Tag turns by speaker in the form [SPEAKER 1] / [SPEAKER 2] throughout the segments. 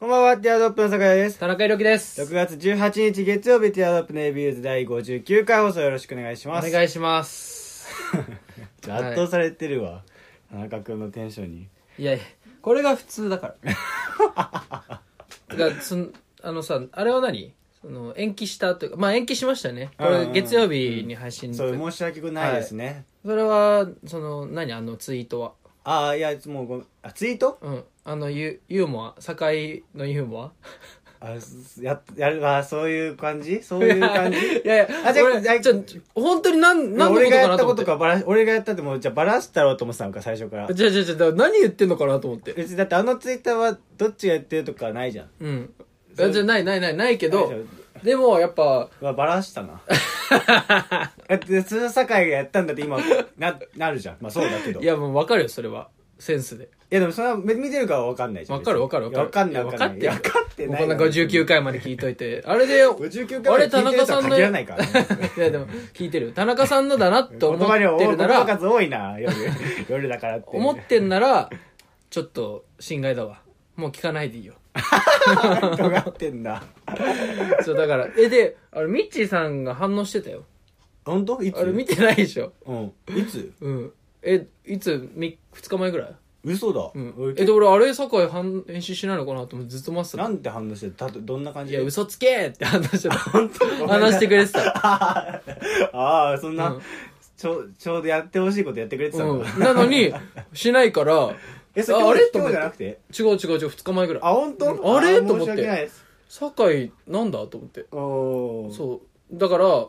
[SPEAKER 1] こんばんは、ティアドロップの酒屋です。
[SPEAKER 2] 田中裕樹です。
[SPEAKER 1] 6月18日月曜日、ティアドロップネイビューズ第59回放送よろしくお願いし
[SPEAKER 2] お
[SPEAKER 1] ます。
[SPEAKER 2] 願いします。
[SPEAKER 1] ちょっと圧倒されてるわ。田中君のテンションに。
[SPEAKER 2] いやいや、これが普通 だから。だからそのあのさ、あれは何その延期したというか、まあ延期しましたね。こ
[SPEAKER 1] うんう
[SPEAKER 2] れ
[SPEAKER 1] ん
[SPEAKER 2] 月曜日に配信
[SPEAKER 1] そう、申し訳ないですね。
[SPEAKER 2] それは、その、何あのツイートは。
[SPEAKER 1] ああ、いや、もうごめん。あ、ツイート
[SPEAKER 2] うん。あのユユーモア、堺のユーモア。
[SPEAKER 1] あ、すや、やるわ、そういう感じそういう感じ
[SPEAKER 2] いやいや、
[SPEAKER 1] あじゃあ
[SPEAKER 2] 俺
[SPEAKER 1] じゃあ
[SPEAKER 2] ちょちょ本当に何、何のこ
[SPEAKER 1] 俺
[SPEAKER 2] と
[SPEAKER 1] が
[SPEAKER 2] か
[SPEAKER 1] やっ
[SPEAKER 2] な
[SPEAKER 1] た
[SPEAKER 2] と
[SPEAKER 1] こ
[SPEAKER 2] 思っ
[SPEAKER 1] と
[SPEAKER 2] て。
[SPEAKER 1] かバラ、俺がやったってもう、じゃあバラしたろうと思ってたのか、最初から。
[SPEAKER 2] じゃあじゃあじゃあだから何言ってんのかなと思って。
[SPEAKER 1] 別にだってあのツイッターはどっちがやってるとかないじゃん。
[SPEAKER 2] うん。
[SPEAKER 1] それ
[SPEAKER 2] あじゃあないないないないけ
[SPEAKER 1] ない
[SPEAKER 2] ど
[SPEAKER 1] じ、
[SPEAKER 2] でもやっぱ、
[SPEAKER 1] うわ、バラした な。だって、その酒井がやったんだって今、な、なるじゃん。まあそうだけど。
[SPEAKER 2] い
[SPEAKER 1] いや、
[SPEAKER 2] やもう分かるよそれはセンスで
[SPEAKER 1] でもそれは見見てるからわかんないじゃん。
[SPEAKER 2] 分かる分かる
[SPEAKER 1] わかんないわ
[SPEAKER 2] 分
[SPEAKER 1] かん
[SPEAKER 2] かっ
[SPEAKER 1] ない。
[SPEAKER 2] て
[SPEAKER 1] わかってない。
[SPEAKER 2] こんな59回まで聞いと いてあれで
[SPEAKER 1] 59回まで聞いてるとは限らないからね。
[SPEAKER 2] いやでも聞いてるよ田中さんのだなって思
[SPEAKER 1] 言葉量
[SPEAKER 2] ってるな
[SPEAKER 1] 言葉
[SPEAKER 2] ら
[SPEAKER 1] 数多いな、夜。 夜だからって。
[SPEAKER 2] 思ってんならちょっと心外だわもう聞かないでいいよ
[SPEAKER 1] 尖ってんだ。
[SPEAKER 2] そうだからえであれミッチーさんが反応してたよ
[SPEAKER 1] 本当いつ
[SPEAKER 2] あれ見てないでしょ
[SPEAKER 1] うん。いつ
[SPEAKER 2] うんえいつ2日前ぐらい、
[SPEAKER 1] 嘘だ。
[SPEAKER 2] うん、えで俺あれ酒井反編集しないのかなと思ってずっと待ってた
[SPEAKER 1] なんて反応してたたとどんな感
[SPEAKER 2] い
[SPEAKER 1] じ
[SPEAKER 2] や嘘つけって反応してた
[SPEAKER 1] 本当ごめんな
[SPEAKER 2] 話してくれてた
[SPEAKER 1] ああ、そんな、
[SPEAKER 2] うん
[SPEAKER 1] ちょ、ちょうどやってほしいことやってくれてたんだ。
[SPEAKER 2] うん、なのに、しないから、
[SPEAKER 1] え、それ
[SPEAKER 2] あ
[SPEAKER 1] 今
[SPEAKER 2] あ
[SPEAKER 1] 日
[SPEAKER 2] れと
[SPEAKER 1] 今
[SPEAKER 2] 思
[SPEAKER 1] 日じ
[SPEAKER 2] って
[SPEAKER 1] ゃなくて
[SPEAKER 2] 違う違う違う、2日前ぐらい。
[SPEAKER 1] あ、本当
[SPEAKER 2] あれと思
[SPEAKER 1] 申
[SPEAKER 2] っ
[SPEAKER 1] し
[SPEAKER 2] て
[SPEAKER 1] 訳ないです。
[SPEAKER 2] 酒井、なんだと思って。
[SPEAKER 1] おー。
[SPEAKER 2] そう。だから、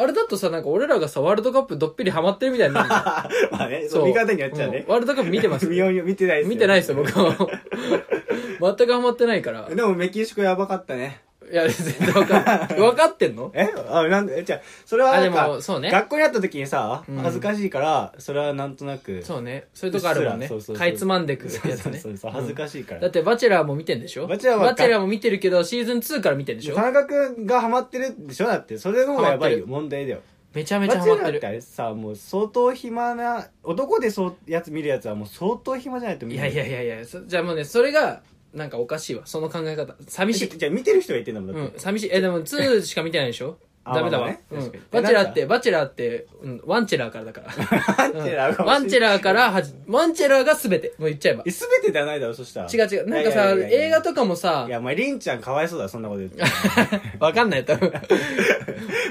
[SPEAKER 2] あれだとさ、なんか俺らがさ、ワールドカップどっぷりハマってるみたいにな るの
[SPEAKER 1] まあね、そう、見方によっちゃね
[SPEAKER 2] ん。ワールドカップ見てます
[SPEAKER 1] 見ようよ見てないです。
[SPEAKER 2] 見てないですよ、僕は。全くハマってないから。
[SPEAKER 1] でもメキシコやばかったね。
[SPEAKER 2] いや、全然わかんない。 分かってんの
[SPEAKER 1] えあ、なんで、えじゃあそれはなん
[SPEAKER 2] あで
[SPEAKER 1] か、
[SPEAKER 2] もそうね
[SPEAKER 1] 学校にあった時にさ、
[SPEAKER 2] うん
[SPEAKER 1] 恥ずかしいから、それはなんとなく。
[SPEAKER 2] そうね。そういうとこあるも
[SPEAKER 1] うっすら
[SPEAKER 2] んね
[SPEAKER 1] そうそうそう。
[SPEAKER 2] かいつまんでく
[SPEAKER 1] そう
[SPEAKER 2] やつ
[SPEAKER 1] そう
[SPEAKER 2] ね
[SPEAKER 1] そう。そう、恥ずかしいか
[SPEAKER 2] だ
[SPEAKER 1] ら
[SPEAKER 2] っ。て、バチェラーも見てんでしょ
[SPEAKER 1] バチェラーは
[SPEAKER 2] も見てるけど、シーズン2から見てんでし
[SPEAKER 1] 田
[SPEAKER 2] ょ
[SPEAKER 1] 中君がハマってるでしょだって、それの方がやばいよ、
[SPEAKER 2] ハマ
[SPEAKER 1] 問
[SPEAKER 2] ってる
[SPEAKER 1] 題だよ。
[SPEAKER 2] めちゃめちゃ
[SPEAKER 1] バ
[SPEAKER 2] ハ
[SPEAKER 1] チ
[SPEAKER 2] マ
[SPEAKER 1] ェ
[SPEAKER 2] っ
[SPEAKER 1] ラー
[SPEAKER 2] て
[SPEAKER 1] っ
[SPEAKER 2] る
[SPEAKER 1] て。あれさ、もう相当暇な、男でそう、やつ見るやつはもう相当暇じゃないと見
[SPEAKER 2] い
[SPEAKER 1] れ
[SPEAKER 2] や
[SPEAKER 1] ない
[SPEAKER 2] やいやいやそじゃあもうねそれがなんかおかしいわその考え方寂しい
[SPEAKER 1] じゃあ見てる人がいてんだもん、
[SPEAKER 2] う
[SPEAKER 1] だっ
[SPEAKER 2] ん
[SPEAKER 1] て。
[SPEAKER 2] 寂しいえでも2しか見てないでしょ
[SPEAKER 1] あ
[SPEAKER 2] ダメだわ、
[SPEAKER 1] まあね
[SPEAKER 2] うん
[SPEAKER 1] 確かに
[SPEAKER 2] バチェラーっ
[SPEAKER 1] な
[SPEAKER 2] てバチェラーって、うん、ワンチェラーからだから
[SPEAKER 1] ワンチェラーかもしれない
[SPEAKER 2] ワンチェラーからはじワンチェラーが全てもう言っちゃえば
[SPEAKER 1] え、すべてではないだろ、そしたら。
[SPEAKER 2] 違う違うなんかさ映画とかもさ
[SPEAKER 1] いや、お前、りんちゃんかわいそうだ、そんなこと言って。
[SPEAKER 2] わかんない多 分こ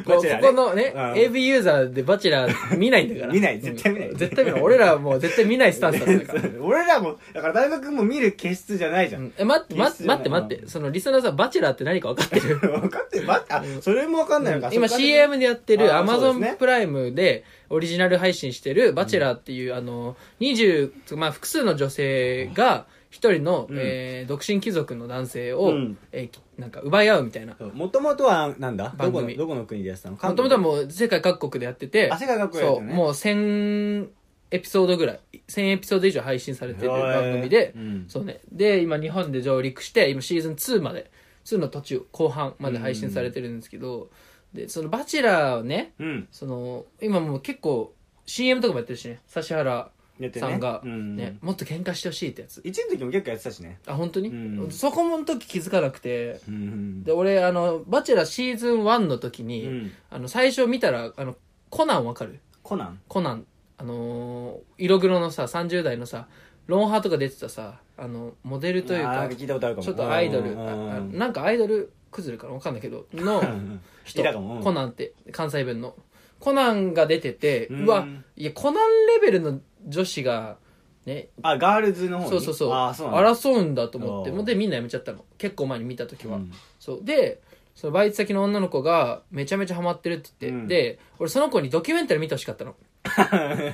[SPEAKER 1] バ
[SPEAKER 2] うこ
[SPEAKER 1] チェラーね
[SPEAKER 2] このね
[SPEAKER 1] うん
[SPEAKER 2] AV ユーザーでバチェラー見ないんだか ら
[SPEAKER 1] 見ない絶対見ない
[SPEAKER 2] うん絶対見ない俺らはもう絶対見ないスタンスなん だから
[SPEAKER 1] 俺らも、だから大学も見る気質じゃないじゃ。
[SPEAKER 2] うんんえ待って待って待って
[SPEAKER 1] いいっすよね
[SPEAKER 2] 待ってそのリスナーさんバチェラーって何か分かってる
[SPEAKER 1] 分かってる、待って、あ、それも分かんないのか。
[SPEAKER 2] 今
[SPEAKER 1] そっか
[SPEAKER 2] CM でやってる
[SPEAKER 1] あーそう
[SPEAKER 2] Amazon
[SPEAKER 1] ですね
[SPEAKER 2] プライムでオリジナル配信してる「バチェラー」っていう、あの20、まあ、複数の女性が一人の、
[SPEAKER 1] うん
[SPEAKER 2] えー独身貴族の男性
[SPEAKER 1] う
[SPEAKER 2] を、
[SPEAKER 1] ん
[SPEAKER 2] えーきなんか奪い合うみたいな
[SPEAKER 1] そうもともとは、なんだど
[SPEAKER 2] 番
[SPEAKER 1] この、
[SPEAKER 2] 組
[SPEAKER 1] どこの国でやってたの
[SPEAKER 2] もともとはもう世界各国でやってて
[SPEAKER 1] あ世界各国でやって
[SPEAKER 2] そ
[SPEAKER 1] る
[SPEAKER 2] う
[SPEAKER 1] ね
[SPEAKER 2] もう1000エピソードぐらい1000エピソード以上配信されてる番組で、
[SPEAKER 1] へーうん
[SPEAKER 2] そうね、で今日本で上陸して今シーズン2まで2の途中後半まで配信されてるんですけど、でその「バチェラー」をね
[SPEAKER 1] うん。
[SPEAKER 2] その今もう結構 CM とかもやってるしね指原
[SPEAKER 1] やってね
[SPEAKER 2] さんが、
[SPEAKER 1] う
[SPEAKER 2] ね
[SPEAKER 1] ん
[SPEAKER 2] もっと喧嘩してほしいってやつ
[SPEAKER 1] 一の時も結構やってたしね。
[SPEAKER 2] あ本当に、
[SPEAKER 1] うん
[SPEAKER 2] そこもの時気づかなくて
[SPEAKER 1] うん。
[SPEAKER 2] で俺あの「バチェラー」シーズン1の時
[SPEAKER 1] う
[SPEAKER 2] に、
[SPEAKER 1] ん
[SPEAKER 2] あの最初見たらあのコナンわかる
[SPEAKER 1] コナン
[SPEAKER 2] コナンあのー色黒のさ30代のさロンハーとか出てたさあのモデルという
[SPEAKER 1] あーな
[SPEAKER 2] か
[SPEAKER 1] ん聞いたことあるかも。
[SPEAKER 2] ちょっとアイド
[SPEAKER 1] う
[SPEAKER 2] ル
[SPEAKER 1] ん
[SPEAKER 2] ああ
[SPEAKER 1] うん
[SPEAKER 2] なんかアイドル崩れかなわかんないけど の
[SPEAKER 1] うん聞い
[SPEAKER 2] 人
[SPEAKER 1] たかも。うん
[SPEAKER 2] コナンって関西弁のコナンが出てて
[SPEAKER 1] うん
[SPEAKER 2] うわいやコナンレベルの女子がね
[SPEAKER 1] あ、ガールズの方に
[SPEAKER 2] そうそうそう
[SPEAKER 1] あー、そうなんだ。
[SPEAKER 2] 争うんだと思って
[SPEAKER 1] おー
[SPEAKER 2] もうでみんなやめちゃったの結構前に見た時は、
[SPEAKER 1] うん
[SPEAKER 2] そうでそのバイト先の女の子がめちゃめちゃハマってるって言って、
[SPEAKER 1] うん
[SPEAKER 2] で俺その子にドキュメンタリー見てほし かったの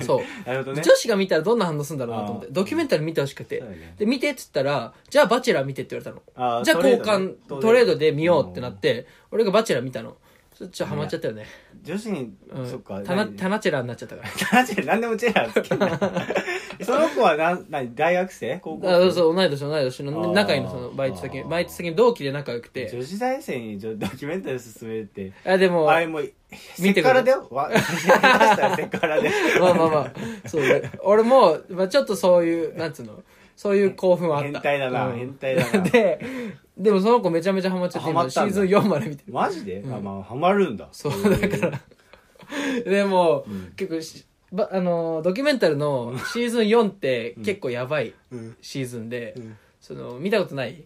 [SPEAKER 2] そう、
[SPEAKER 1] なるほどね。
[SPEAKER 2] 女子が見たらどんな反応するんだろうなと思って
[SPEAKER 1] あー
[SPEAKER 2] ドキュメンタリー見てほしくて、
[SPEAKER 1] そうだよね
[SPEAKER 2] で見てっつったらじゃあバチェラー見てって言われたの
[SPEAKER 1] あー
[SPEAKER 2] じゃあ
[SPEAKER 1] トレー
[SPEAKER 2] 交
[SPEAKER 1] ドね
[SPEAKER 2] 換トレ,、ードで見ようってなって、俺がバチェラー見たのそっちょっとハマっちゃったよね、
[SPEAKER 1] 女子に、
[SPEAKER 2] うん、
[SPEAKER 1] そっか
[SPEAKER 2] タナ
[SPEAKER 1] 何
[SPEAKER 2] タナチェラーになっちゃったから
[SPEAKER 1] マジで何で もチェラーつけんなその子はな何大学生高校
[SPEAKER 2] あそう
[SPEAKER 1] 生
[SPEAKER 2] そう同い年同い年
[SPEAKER 1] あー
[SPEAKER 2] の仲いいのそのバイト先
[SPEAKER 1] あー
[SPEAKER 2] バイト先の同期で仲良くて
[SPEAKER 1] 女子大生にちょドキュメンタリー進めるって
[SPEAKER 2] あでも
[SPEAKER 1] あれもうセ
[SPEAKER 2] 見てくれ
[SPEAKER 1] クハラだよ わ出 したらセクハラで
[SPEAKER 2] まあまあまあそう俺も、まあ、ちょっとそういうなんつうのそういう興奮はあった
[SPEAKER 1] 変態だな
[SPEAKER 2] うん
[SPEAKER 1] 変態だな
[SPEAKER 2] ででもその子めちゃめちゃハマっちゃって
[SPEAKER 1] ハマ
[SPEAKER 2] 今
[SPEAKER 1] っ
[SPEAKER 2] シ
[SPEAKER 1] たん
[SPEAKER 2] ー
[SPEAKER 1] だ
[SPEAKER 2] ズン4まで見てる
[SPEAKER 1] マジで、あまあハマるんだ
[SPEAKER 2] そう
[SPEAKER 1] へ
[SPEAKER 2] だ
[SPEAKER 1] ー
[SPEAKER 2] からでも、結構しばあのドキュメンタルのシーズン4って結構やばい
[SPEAKER 1] うん
[SPEAKER 2] シーズンで、
[SPEAKER 1] うん
[SPEAKER 2] その見たことない
[SPEAKER 1] い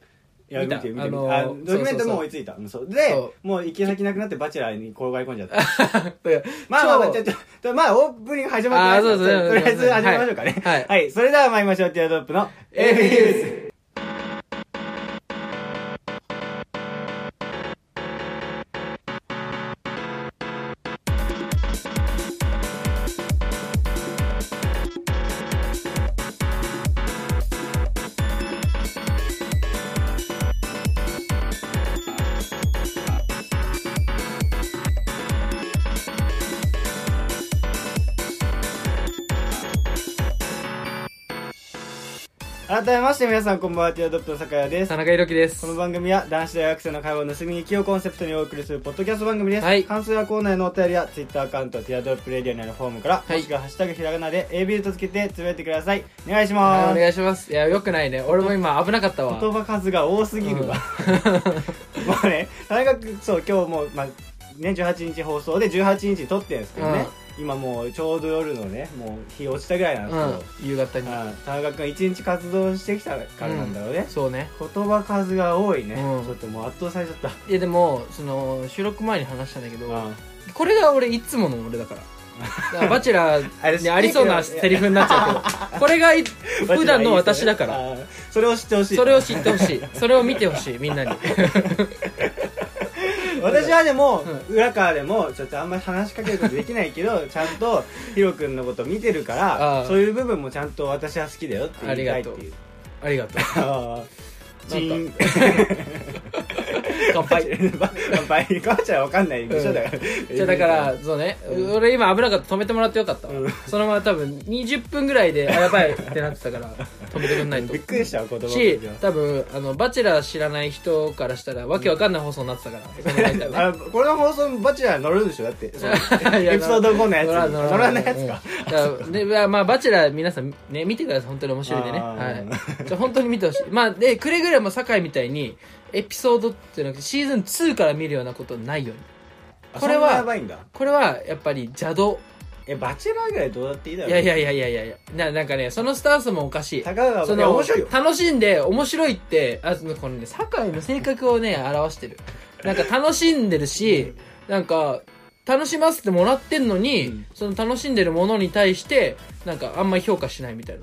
[SPEAKER 1] や
[SPEAKER 2] 見
[SPEAKER 1] 見
[SPEAKER 2] た
[SPEAKER 1] て見て見て、
[SPEAKER 2] あの
[SPEAKER 1] あ
[SPEAKER 2] そ
[SPEAKER 1] ド
[SPEAKER 2] うそうそ
[SPEAKER 1] キュ
[SPEAKER 2] う
[SPEAKER 1] メントもう追いついたうんそうで
[SPEAKER 2] そ
[SPEAKER 1] もう行き先なくなってバチェラーに転がり込んじゃったま
[SPEAKER 2] ま
[SPEAKER 1] あまあまあちょちょちょまあオープニング始まってない
[SPEAKER 2] あーそうそう
[SPEAKER 1] とりあえず始めましょうかね
[SPEAKER 2] はい
[SPEAKER 1] はい、それでは参りましょうティアドロップの a b ース改めまして皆さんこんばんはティアドロップの酒屋です
[SPEAKER 2] 田中裕樹です
[SPEAKER 1] この番組は男子大学生の会話を盗み聞きをコンセプトにお送りするポッドキャスト番組です、
[SPEAKER 2] はい
[SPEAKER 1] 感想やコーナーへのお便りやツイッターアカウントティアドロップレディオにあるフォームから、
[SPEAKER 2] はい
[SPEAKER 1] もしくはハッシュタグひらがなで AB とつけてつぶやいてくださいお願いし
[SPEAKER 2] はい
[SPEAKER 1] ま
[SPEAKER 2] お
[SPEAKER 1] す
[SPEAKER 2] 願いしますいやよくないね俺も今危なかったわ
[SPEAKER 1] 言葉数が多すぎるわ、 まあね田中君そう今日もう、まあね、18日放送で18日に撮ってるんですけどね、今もうちょうど夜のねもう日落ちたぐらいなんで
[SPEAKER 2] う
[SPEAKER 1] すけど
[SPEAKER 2] ん、夕方に
[SPEAKER 1] ああ田中君一日活動してきたからなんだろうね、
[SPEAKER 2] そうね
[SPEAKER 1] 言葉数が多いね、
[SPEAKER 2] うん
[SPEAKER 1] ちょっともう圧倒されちゃった
[SPEAKER 2] いやでもその収録前に話したんだけど、
[SPEAKER 1] うん
[SPEAKER 2] これが俺いつもの俺だ からだからバチェラーにありそうなセリフになっちゃうけ どこれがい普段の私だから
[SPEAKER 1] あーそれを知ってほしい
[SPEAKER 2] それを知ってほしいそれを見てほしいみんな に
[SPEAKER 1] 私はでも、
[SPEAKER 2] う
[SPEAKER 1] 裏からでもちょっとあんまり話しかけることできないけどちゃんとヒロ君のこと見てるか
[SPEAKER 2] あ
[SPEAKER 1] ら
[SPEAKER 2] ー
[SPEAKER 1] そういう部分もちゃんと私は好きだよって言いたいっていう
[SPEAKER 2] ありがとう
[SPEAKER 1] あーチーン
[SPEAKER 2] 乾杯
[SPEAKER 1] 乾杯かわちゃんわかんないでしょだから
[SPEAKER 2] じゃあだからそうね、
[SPEAKER 1] うん
[SPEAKER 2] 俺今危なかった止めてもらってよかったわ、
[SPEAKER 1] うん
[SPEAKER 2] そのまま多分20分ぐらいであやばいってなってたから止めてくんないと
[SPEAKER 1] びっくりしたわ言葉の
[SPEAKER 2] し
[SPEAKER 1] 時は
[SPEAKER 2] 多分あのバチェラー知らない人からしたらわけわかんない放送になっ てたから、その間ね
[SPEAKER 1] あのこれの放送バチェラー乗るんでしょだってそのエピソ
[SPEAKER 2] いや
[SPEAKER 1] ード5のやつ
[SPEAKER 2] 乗ら
[SPEAKER 1] に
[SPEAKER 2] ん乗
[SPEAKER 1] 乗
[SPEAKER 2] ら
[SPEAKER 1] ら
[SPEAKER 2] ん
[SPEAKER 1] ないやつか
[SPEAKER 2] うんだからでまあまあバチェラー皆さんね見てください本当に面白いんでね
[SPEAKER 1] あー
[SPEAKER 2] はいじゃあ本当に見てほしいまあでくれぐれも酒井みたいにエピソードっていうのはシーズン2から見るようなことないように
[SPEAKER 1] あ
[SPEAKER 2] これは
[SPEAKER 1] そんなやばいんだ
[SPEAKER 2] これはやっぱり邪道
[SPEAKER 1] えバチェラーぐらいどうだっていいだろ
[SPEAKER 2] いやいやいやいやいやいやななんかねそのスタンスもおかしい
[SPEAKER 1] たかが
[SPEAKER 2] そ
[SPEAKER 1] いや
[SPEAKER 2] の
[SPEAKER 1] 面白いよ
[SPEAKER 2] 楽しんで面白いってあそのこのね酒井の性格をね表してるなんか楽しんでるしなんか楽しませてもらってんのに、
[SPEAKER 1] うん
[SPEAKER 2] その楽しんでるものに対してなんかあんまり評価しないみたいな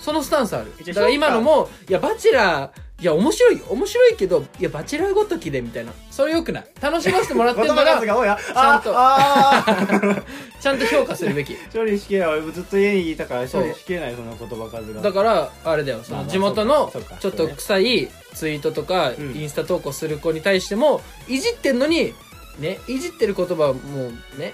[SPEAKER 2] そのスタンスある
[SPEAKER 1] じゃ
[SPEAKER 2] だ
[SPEAKER 1] あ
[SPEAKER 2] から今のも「いやバチェラー」いや面白い面白いけどいやバチェラーごときでみたいなそれよくない楽しませてもらってん
[SPEAKER 1] 言
[SPEAKER 2] だ
[SPEAKER 1] 葉
[SPEAKER 2] か
[SPEAKER 1] 数
[SPEAKER 2] ら
[SPEAKER 1] が多いあ
[SPEAKER 2] ゃんと
[SPEAKER 1] ああー
[SPEAKER 2] ちゃんと評価するべき
[SPEAKER 1] 処理しきれない俺ずっと家にいたから処理しきれないその言葉数が
[SPEAKER 2] だからあれだよそ
[SPEAKER 1] まあ
[SPEAKER 2] の
[SPEAKER 1] まあ
[SPEAKER 2] 地元の
[SPEAKER 1] そうか
[SPEAKER 2] ちょ
[SPEAKER 1] そうか
[SPEAKER 2] っと臭いツイートとか
[SPEAKER 1] うん
[SPEAKER 2] インスタ投稿する子に対してもいじってんのにねいじってる言葉はもうね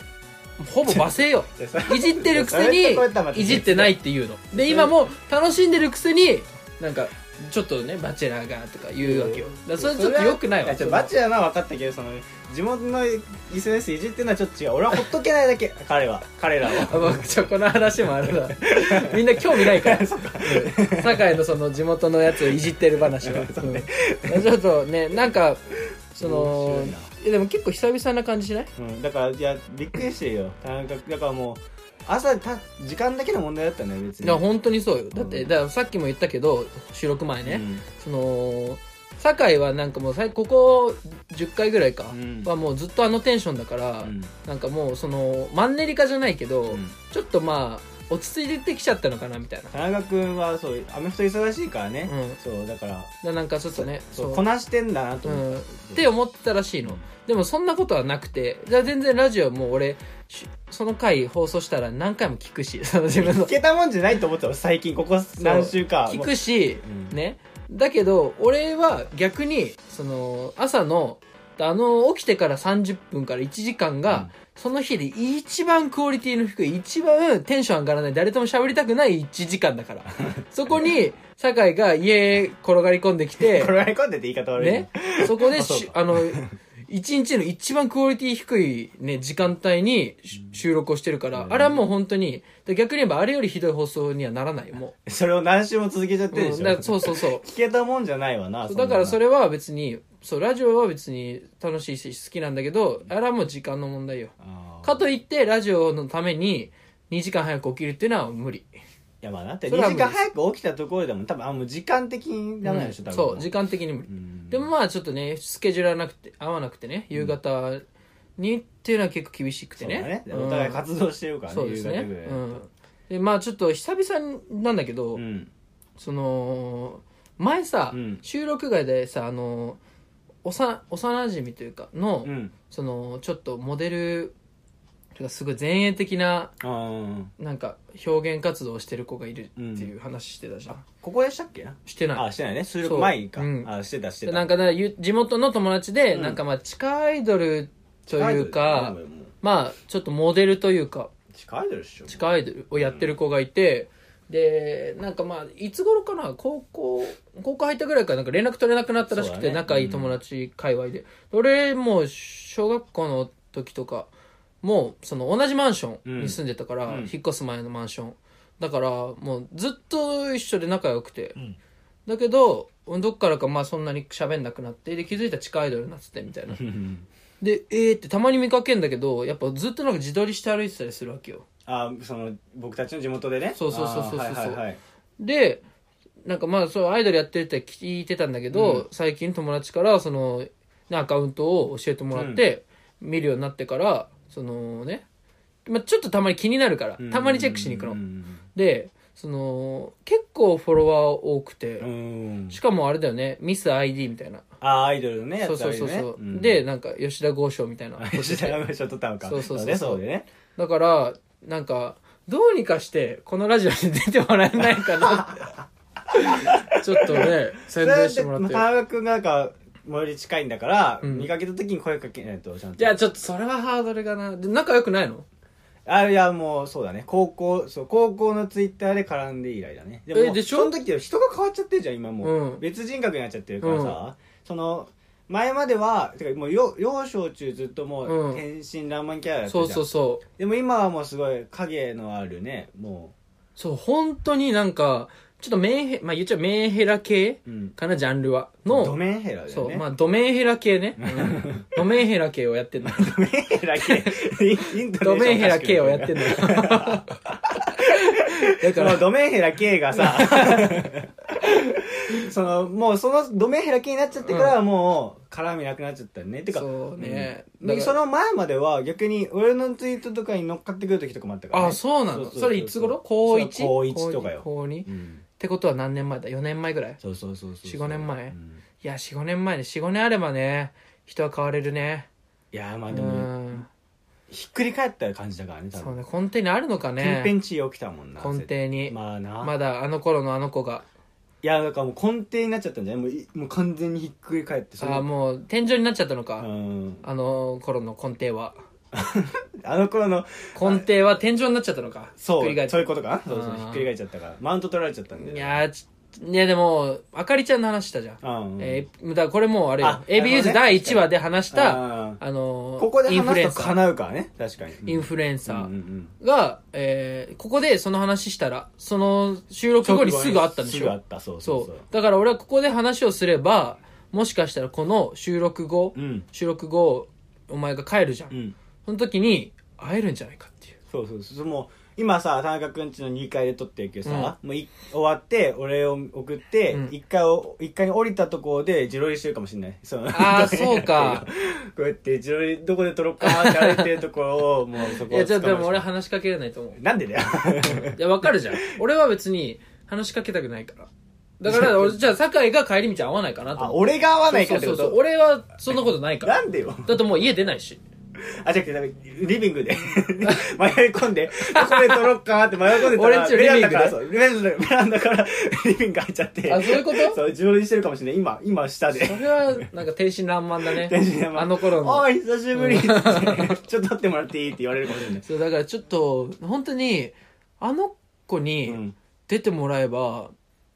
[SPEAKER 2] ほぼ罵 声よ
[SPEAKER 1] いやそれ
[SPEAKER 2] いじってるくせ
[SPEAKER 1] それとこうやったらまた別
[SPEAKER 2] にいじってないっていうので今も楽しんでるくせになんかちょっとねバチェラーがとか言うわけよだからそれちょっと良くないわ
[SPEAKER 1] やちょバチェラーは分かったけどその地元の SNS いじってるのはちょっと違う俺はほっとけないだけ彼は彼らは
[SPEAKER 2] あまあちょこの話もあれだみんな興味ない からうん酒井のその地元のやつをいじってる話 は、うんちょっとねなんかその
[SPEAKER 1] 面白いない
[SPEAKER 2] やでも結構久々な感じしない
[SPEAKER 1] うんだからいやびっくりしてるよ田中だからもう朝た時間だけの問題だったんだよ別
[SPEAKER 2] い
[SPEAKER 1] に
[SPEAKER 2] や本当にそうよだってだからさっきも言ったけど収録前ね、その酒井はなんかもうさいここ10回ぐらいか
[SPEAKER 1] うん
[SPEAKER 2] はもうずっとあのテンションだから、
[SPEAKER 1] うんうん
[SPEAKER 2] なんかもうそのマンネリ化じゃないけど、
[SPEAKER 1] うん
[SPEAKER 2] ちょっとまあ落ち着いてきちゃったのかなみたいなだか
[SPEAKER 1] 田中君はそうアメフト忙しいからね、
[SPEAKER 2] うん
[SPEAKER 1] そうだから
[SPEAKER 2] らなんかちょっとね
[SPEAKER 1] そう
[SPEAKER 2] そう
[SPEAKER 1] こなしてんだなと
[SPEAKER 2] う
[SPEAKER 1] 思っ
[SPEAKER 2] ん、って思ってたらしいの、でもそんなことはなくてじゃあ全然ラジオもう俺しその回放送したら何回も聞くし その 自分
[SPEAKER 1] た
[SPEAKER 2] の
[SPEAKER 1] 聞けたもんじゃないと思ってたの最近ここ何週か
[SPEAKER 2] 聞くし、
[SPEAKER 1] うん
[SPEAKER 2] ねだけど俺は逆にその朝のあの起きてから30分から1時間が、その日で一番クオリティの低い一番テンション上がらない誰とも喋りたくない1時間だからそこに酒 井が家へ転がり込んできて
[SPEAKER 1] 転がり込んでって言い方悪いね
[SPEAKER 2] ね、そこで
[SPEAKER 1] あそう
[SPEAKER 2] し、あの、一日の一番クオリティ低いね、時間帯にし収録をしてるから、
[SPEAKER 1] うん
[SPEAKER 2] あれはもう本当に、で逆に言えばあれよりひどい放送にはならないよ、も
[SPEAKER 1] それを何週も続けちゃっ
[SPEAKER 2] う。
[SPEAKER 1] てるで
[SPEAKER 2] うん
[SPEAKER 1] しょ、
[SPEAKER 2] だからそうそうそう。
[SPEAKER 1] 聞けたもんじゃないわな
[SPEAKER 2] そうだからそ
[SPEAKER 1] れ
[SPEAKER 2] れは別にそうラジオは別に楽しいし好きなんだけどあれはもう時間の問題よかといってラジオのために2時間早く起きるっていうのは無理
[SPEAKER 1] いやまあだって
[SPEAKER 2] そ
[SPEAKER 1] 2
[SPEAKER 2] れは
[SPEAKER 1] 時間早く起きたところでも多分あもう時間的にダメなんでしょ、多
[SPEAKER 2] うん
[SPEAKER 1] 分
[SPEAKER 2] そう時間的に無理、
[SPEAKER 1] うん
[SPEAKER 2] でもまあちょっとねスケジュール合わなくて合わなくてね夕方にっていうのは結構厳しくて
[SPEAKER 1] そうだ
[SPEAKER 2] ね
[SPEAKER 1] ねお互い活動してるからね、
[SPEAKER 2] そうですね、
[SPEAKER 1] 夕方ぐらいだ
[SPEAKER 2] う
[SPEAKER 1] と
[SPEAKER 2] ん、でまあちょっと久々なんだけど、
[SPEAKER 1] うん
[SPEAKER 2] その前さ、
[SPEAKER 1] うん
[SPEAKER 2] 収録外でさあのおさ幼馴染というかの、
[SPEAKER 1] うん
[SPEAKER 2] そのちょっとモデルがすごい前衛的な
[SPEAKER 1] あー
[SPEAKER 2] なんか表現活動をしてる子がいるっていう話してたじゃん、
[SPEAKER 1] ここでしたっけな
[SPEAKER 2] してない
[SPEAKER 1] あしてないね収録前にか、
[SPEAKER 2] そううん
[SPEAKER 1] あしてたして
[SPEAKER 2] で
[SPEAKER 1] た
[SPEAKER 2] なんかだからゆ地元の友達で、
[SPEAKER 1] うん
[SPEAKER 2] なんかまあ地下アイドルというか
[SPEAKER 1] 近いでしょもう
[SPEAKER 2] まあちょっとモデルというか
[SPEAKER 1] 近いでしょ
[SPEAKER 2] 地下アイドルをやってる子がいて、でなんかまあいつ頃かな高校高校入ったぐらいからなんか連絡取れなくなったらしく
[SPEAKER 1] そうだ
[SPEAKER 2] て、
[SPEAKER 1] ね
[SPEAKER 2] 仲いい友達界隈で、俺もう小学校の時とかもうその同じマンションに住んでたから、
[SPEAKER 1] うんうん
[SPEAKER 2] 引っ越す前のマンションだからもうずっと一緒で仲良くて、
[SPEAKER 1] うん
[SPEAKER 2] だけどどっからかまあそんなに喋んなくなってで気づいたら地下アイドルになっててみたいな
[SPEAKER 1] うん
[SPEAKER 2] でえーってたまに見かけんだけどやっぱずっとなんか自撮りして歩いてたりするわけよ
[SPEAKER 1] あその僕たちの地元でね
[SPEAKER 2] そうそうそうそうそう
[SPEAKER 1] あーはいはいはい
[SPEAKER 2] でなんかまあそうアイドルやってるって聞いてたんだけど、最近友達からそのねアカウントを教えてもらって、見るようになってからそのね、まあ、ちょっとたまに気になるから、たまにチェックしに行くの、
[SPEAKER 1] うん
[SPEAKER 2] でその結構フォロワー多くて、
[SPEAKER 1] うん
[SPEAKER 2] しかもあれだよねミス ID みたいな、
[SPEAKER 1] あーアイドルのねや
[SPEAKER 2] そう
[SPEAKER 1] つあ
[SPEAKER 2] そう
[SPEAKER 1] るよ
[SPEAKER 2] そう
[SPEAKER 1] ね
[SPEAKER 2] そう、
[SPEAKER 1] ん
[SPEAKER 2] でなんか吉田豪商みたいな
[SPEAKER 1] 吉田がちょっとたの か
[SPEAKER 2] そうそうそうそう
[SPEAKER 1] ねそうでね
[SPEAKER 2] だからなんかどうにかしてこのラジオに出てもらえないかなっ てちょっとね宣伝してもらっ
[SPEAKER 1] それで
[SPEAKER 2] て
[SPEAKER 1] 田中君がなんか最寄り近いんだから、
[SPEAKER 2] うん
[SPEAKER 1] 見かけた時に声かけないとちゃんと
[SPEAKER 2] いや、ちょっとそれはハードルがな。で、仲良くないの
[SPEAKER 1] あいやもうそうだね高校そう高校のツイッターで絡んで以来だねでも
[SPEAKER 2] えでしょ
[SPEAKER 1] その時は人が変わっちゃってるじゃん今もう、
[SPEAKER 2] うん
[SPEAKER 1] 別人格になっちゃってるからさ、その前まではてかもう幼幼少中ずっとも
[SPEAKER 2] うん
[SPEAKER 1] う天真爛漫キャラだったじゃ
[SPEAKER 2] そ
[SPEAKER 1] ん、
[SPEAKER 2] うそうそう。
[SPEAKER 1] でも今はもうすごい影のあるねも
[SPEAKER 2] そう、本当になんか、ちょっとメンヘ、まあ言っちゃメンヘラ系
[SPEAKER 1] う、うん、
[SPEAKER 2] かな、ジャンルは。
[SPEAKER 1] ド
[SPEAKER 2] の、
[SPEAKER 1] メンヘラだ
[SPEAKER 2] そ
[SPEAKER 1] よ
[SPEAKER 2] う、
[SPEAKER 1] ね
[SPEAKER 2] まあドメンヘラ系ね。うんドメンヘラ系をや ってんの。
[SPEAKER 1] ドメンヘラ系イントネーション
[SPEAKER 2] ドメンヘラ系をやってん
[SPEAKER 1] る
[SPEAKER 2] のよ。だか
[SPEAKER 1] その
[SPEAKER 2] ら、
[SPEAKER 1] ドメンヘラ系が さそのもうそのドメンヘラ系になっちゃってからはもう絡みなくなっちゃったね、てか
[SPEAKER 2] そうね
[SPEAKER 1] うん
[SPEAKER 2] だから
[SPEAKER 1] その前までは逆に俺のツイートとかに乗っかってくる時とかもあったから、ね、
[SPEAKER 2] あ、そうなの
[SPEAKER 1] そうそうそう
[SPEAKER 2] それいつ頃高 1?
[SPEAKER 1] それ高一とかよ
[SPEAKER 2] 高 2? っ
[SPEAKER 1] うん
[SPEAKER 2] てことは何年前だ ?4 年前ぐらい
[SPEAKER 1] そうそうそうそう
[SPEAKER 2] 4-5年前
[SPEAKER 1] うん
[SPEAKER 2] いや、4、5年前で、4、5年あればね、人は変われるね。
[SPEAKER 1] いやーま
[SPEAKER 2] う
[SPEAKER 1] あでも
[SPEAKER 2] ん。
[SPEAKER 1] ひっくり返った感じだからね多
[SPEAKER 2] そう
[SPEAKER 1] 分、
[SPEAKER 2] ね、根底にあるのかね。
[SPEAKER 1] 天変地異起きたもんな
[SPEAKER 2] 根底に、ま
[SPEAKER 1] まあな、
[SPEAKER 2] だあの頃のあの子が
[SPEAKER 1] いやだからもう根底になっちゃったんじゃないもういもう完全にひっくり返って
[SPEAKER 2] あ
[SPEAKER 1] れ
[SPEAKER 2] ーもう天井になっちゃったのか、
[SPEAKER 1] うん
[SPEAKER 2] あの頃の根底は
[SPEAKER 1] あの頃の
[SPEAKER 2] 根底は天井になっちゃったのか
[SPEAKER 1] そう
[SPEAKER 2] ひっくり返っ
[SPEAKER 1] そういうことかそうそう
[SPEAKER 2] うん
[SPEAKER 1] ひっくり返っちゃったからマウント取られちゃったんで
[SPEAKER 2] いやーちねでもあかりちゃんの話したじゃん、
[SPEAKER 1] うんうん
[SPEAKER 2] えーだからこれもうあれよ
[SPEAKER 1] あ
[SPEAKER 2] AB ユー
[SPEAKER 1] なるほど
[SPEAKER 2] ズ
[SPEAKER 1] ね
[SPEAKER 2] 第1話で話したあ
[SPEAKER 1] あー
[SPEAKER 2] のー
[SPEAKER 1] ここで
[SPEAKER 2] インフルエ
[SPEAKER 1] 話
[SPEAKER 2] ン
[SPEAKER 1] すと
[SPEAKER 2] サー
[SPEAKER 1] 叶うからね確かに
[SPEAKER 2] インフルエンサ
[SPEAKER 1] うん
[SPEAKER 2] ー
[SPEAKER 1] うん
[SPEAKER 2] が、えーここでその話したらその収録後にすぐあったんでし
[SPEAKER 1] す
[SPEAKER 2] ょ
[SPEAKER 1] ぐあったそうそ
[SPEAKER 2] そう
[SPEAKER 1] うそう
[SPEAKER 2] だから俺はここで話をすればもしかしたらこの収録後、
[SPEAKER 1] うん
[SPEAKER 2] 収録後お前が帰るじゃ
[SPEAKER 1] う
[SPEAKER 2] ん、
[SPEAKER 1] ん
[SPEAKER 2] その時に会えるんじゃないかっていう
[SPEAKER 1] そうそうそうもう今さ田中君ちの2階で撮ってるけどさ、もうい終わってお礼を送って、
[SPEAKER 2] うん
[SPEAKER 1] 一階を一階に降りたとこで自撮りしてるかもしれないその
[SPEAKER 2] あーそうか
[SPEAKER 1] こうやって自撮りどこで撮ろうかって歩いてるところをもうそこ
[SPEAKER 2] いやじゃあでも俺
[SPEAKER 1] 捕まえ
[SPEAKER 2] 話しかけれないと思う
[SPEAKER 1] てなんでだよ
[SPEAKER 2] いやわかるじゃん 俺は別に話しかけたくないからだから俺じゃあ酒井が帰り道会わないかなと
[SPEAKER 1] あ
[SPEAKER 2] 思う
[SPEAKER 1] 俺が合わないからって
[SPEAKER 2] そうそ
[SPEAKER 1] こ
[SPEAKER 2] うそう
[SPEAKER 1] と
[SPEAKER 2] 俺はそんなことないから
[SPEAKER 1] なんでよ
[SPEAKER 2] だってもう家出ないし
[SPEAKER 1] あ、じゃなくて、なんかリビングで 迷い込んで、ここで撮ろうかって迷い込んでた
[SPEAKER 2] 俺ん
[SPEAKER 1] ら、
[SPEAKER 2] ちの
[SPEAKER 1] ベ
[SPEAKER 2] リ
[SPEAKER 1] ラ
[SPEAKER 2] ビン
[SPEAKER 1] ンダ
[SPEAKER 2] グで
[SPEAKER 1] から、そう、ベランダベランダからリビング入っちゃって。
[SPEAKER 2] あそういうこと
[SPEAKER 1] そう、自撮りしてるかもしれない。今、今、下
[SPEAKER 2] そ
[SPEAKER 1] で。
[SPEAKER 2] れはなんか天真爛漫だね
[SPEAKER 1] 天真爛漫
[SPEAKER 2] あの頃の
[SPEAKER 1] おい、久しぶりっつって ちょっと撮ってもらっていいって言われるかもしれない。
[SPEAKER 2] そうだからちょっと本当にあの子
[SPEAKER 1] う
[SPEAKER 2] に
[SPEAKER 1] ん。
[SPEAKER 2] 出てもらえば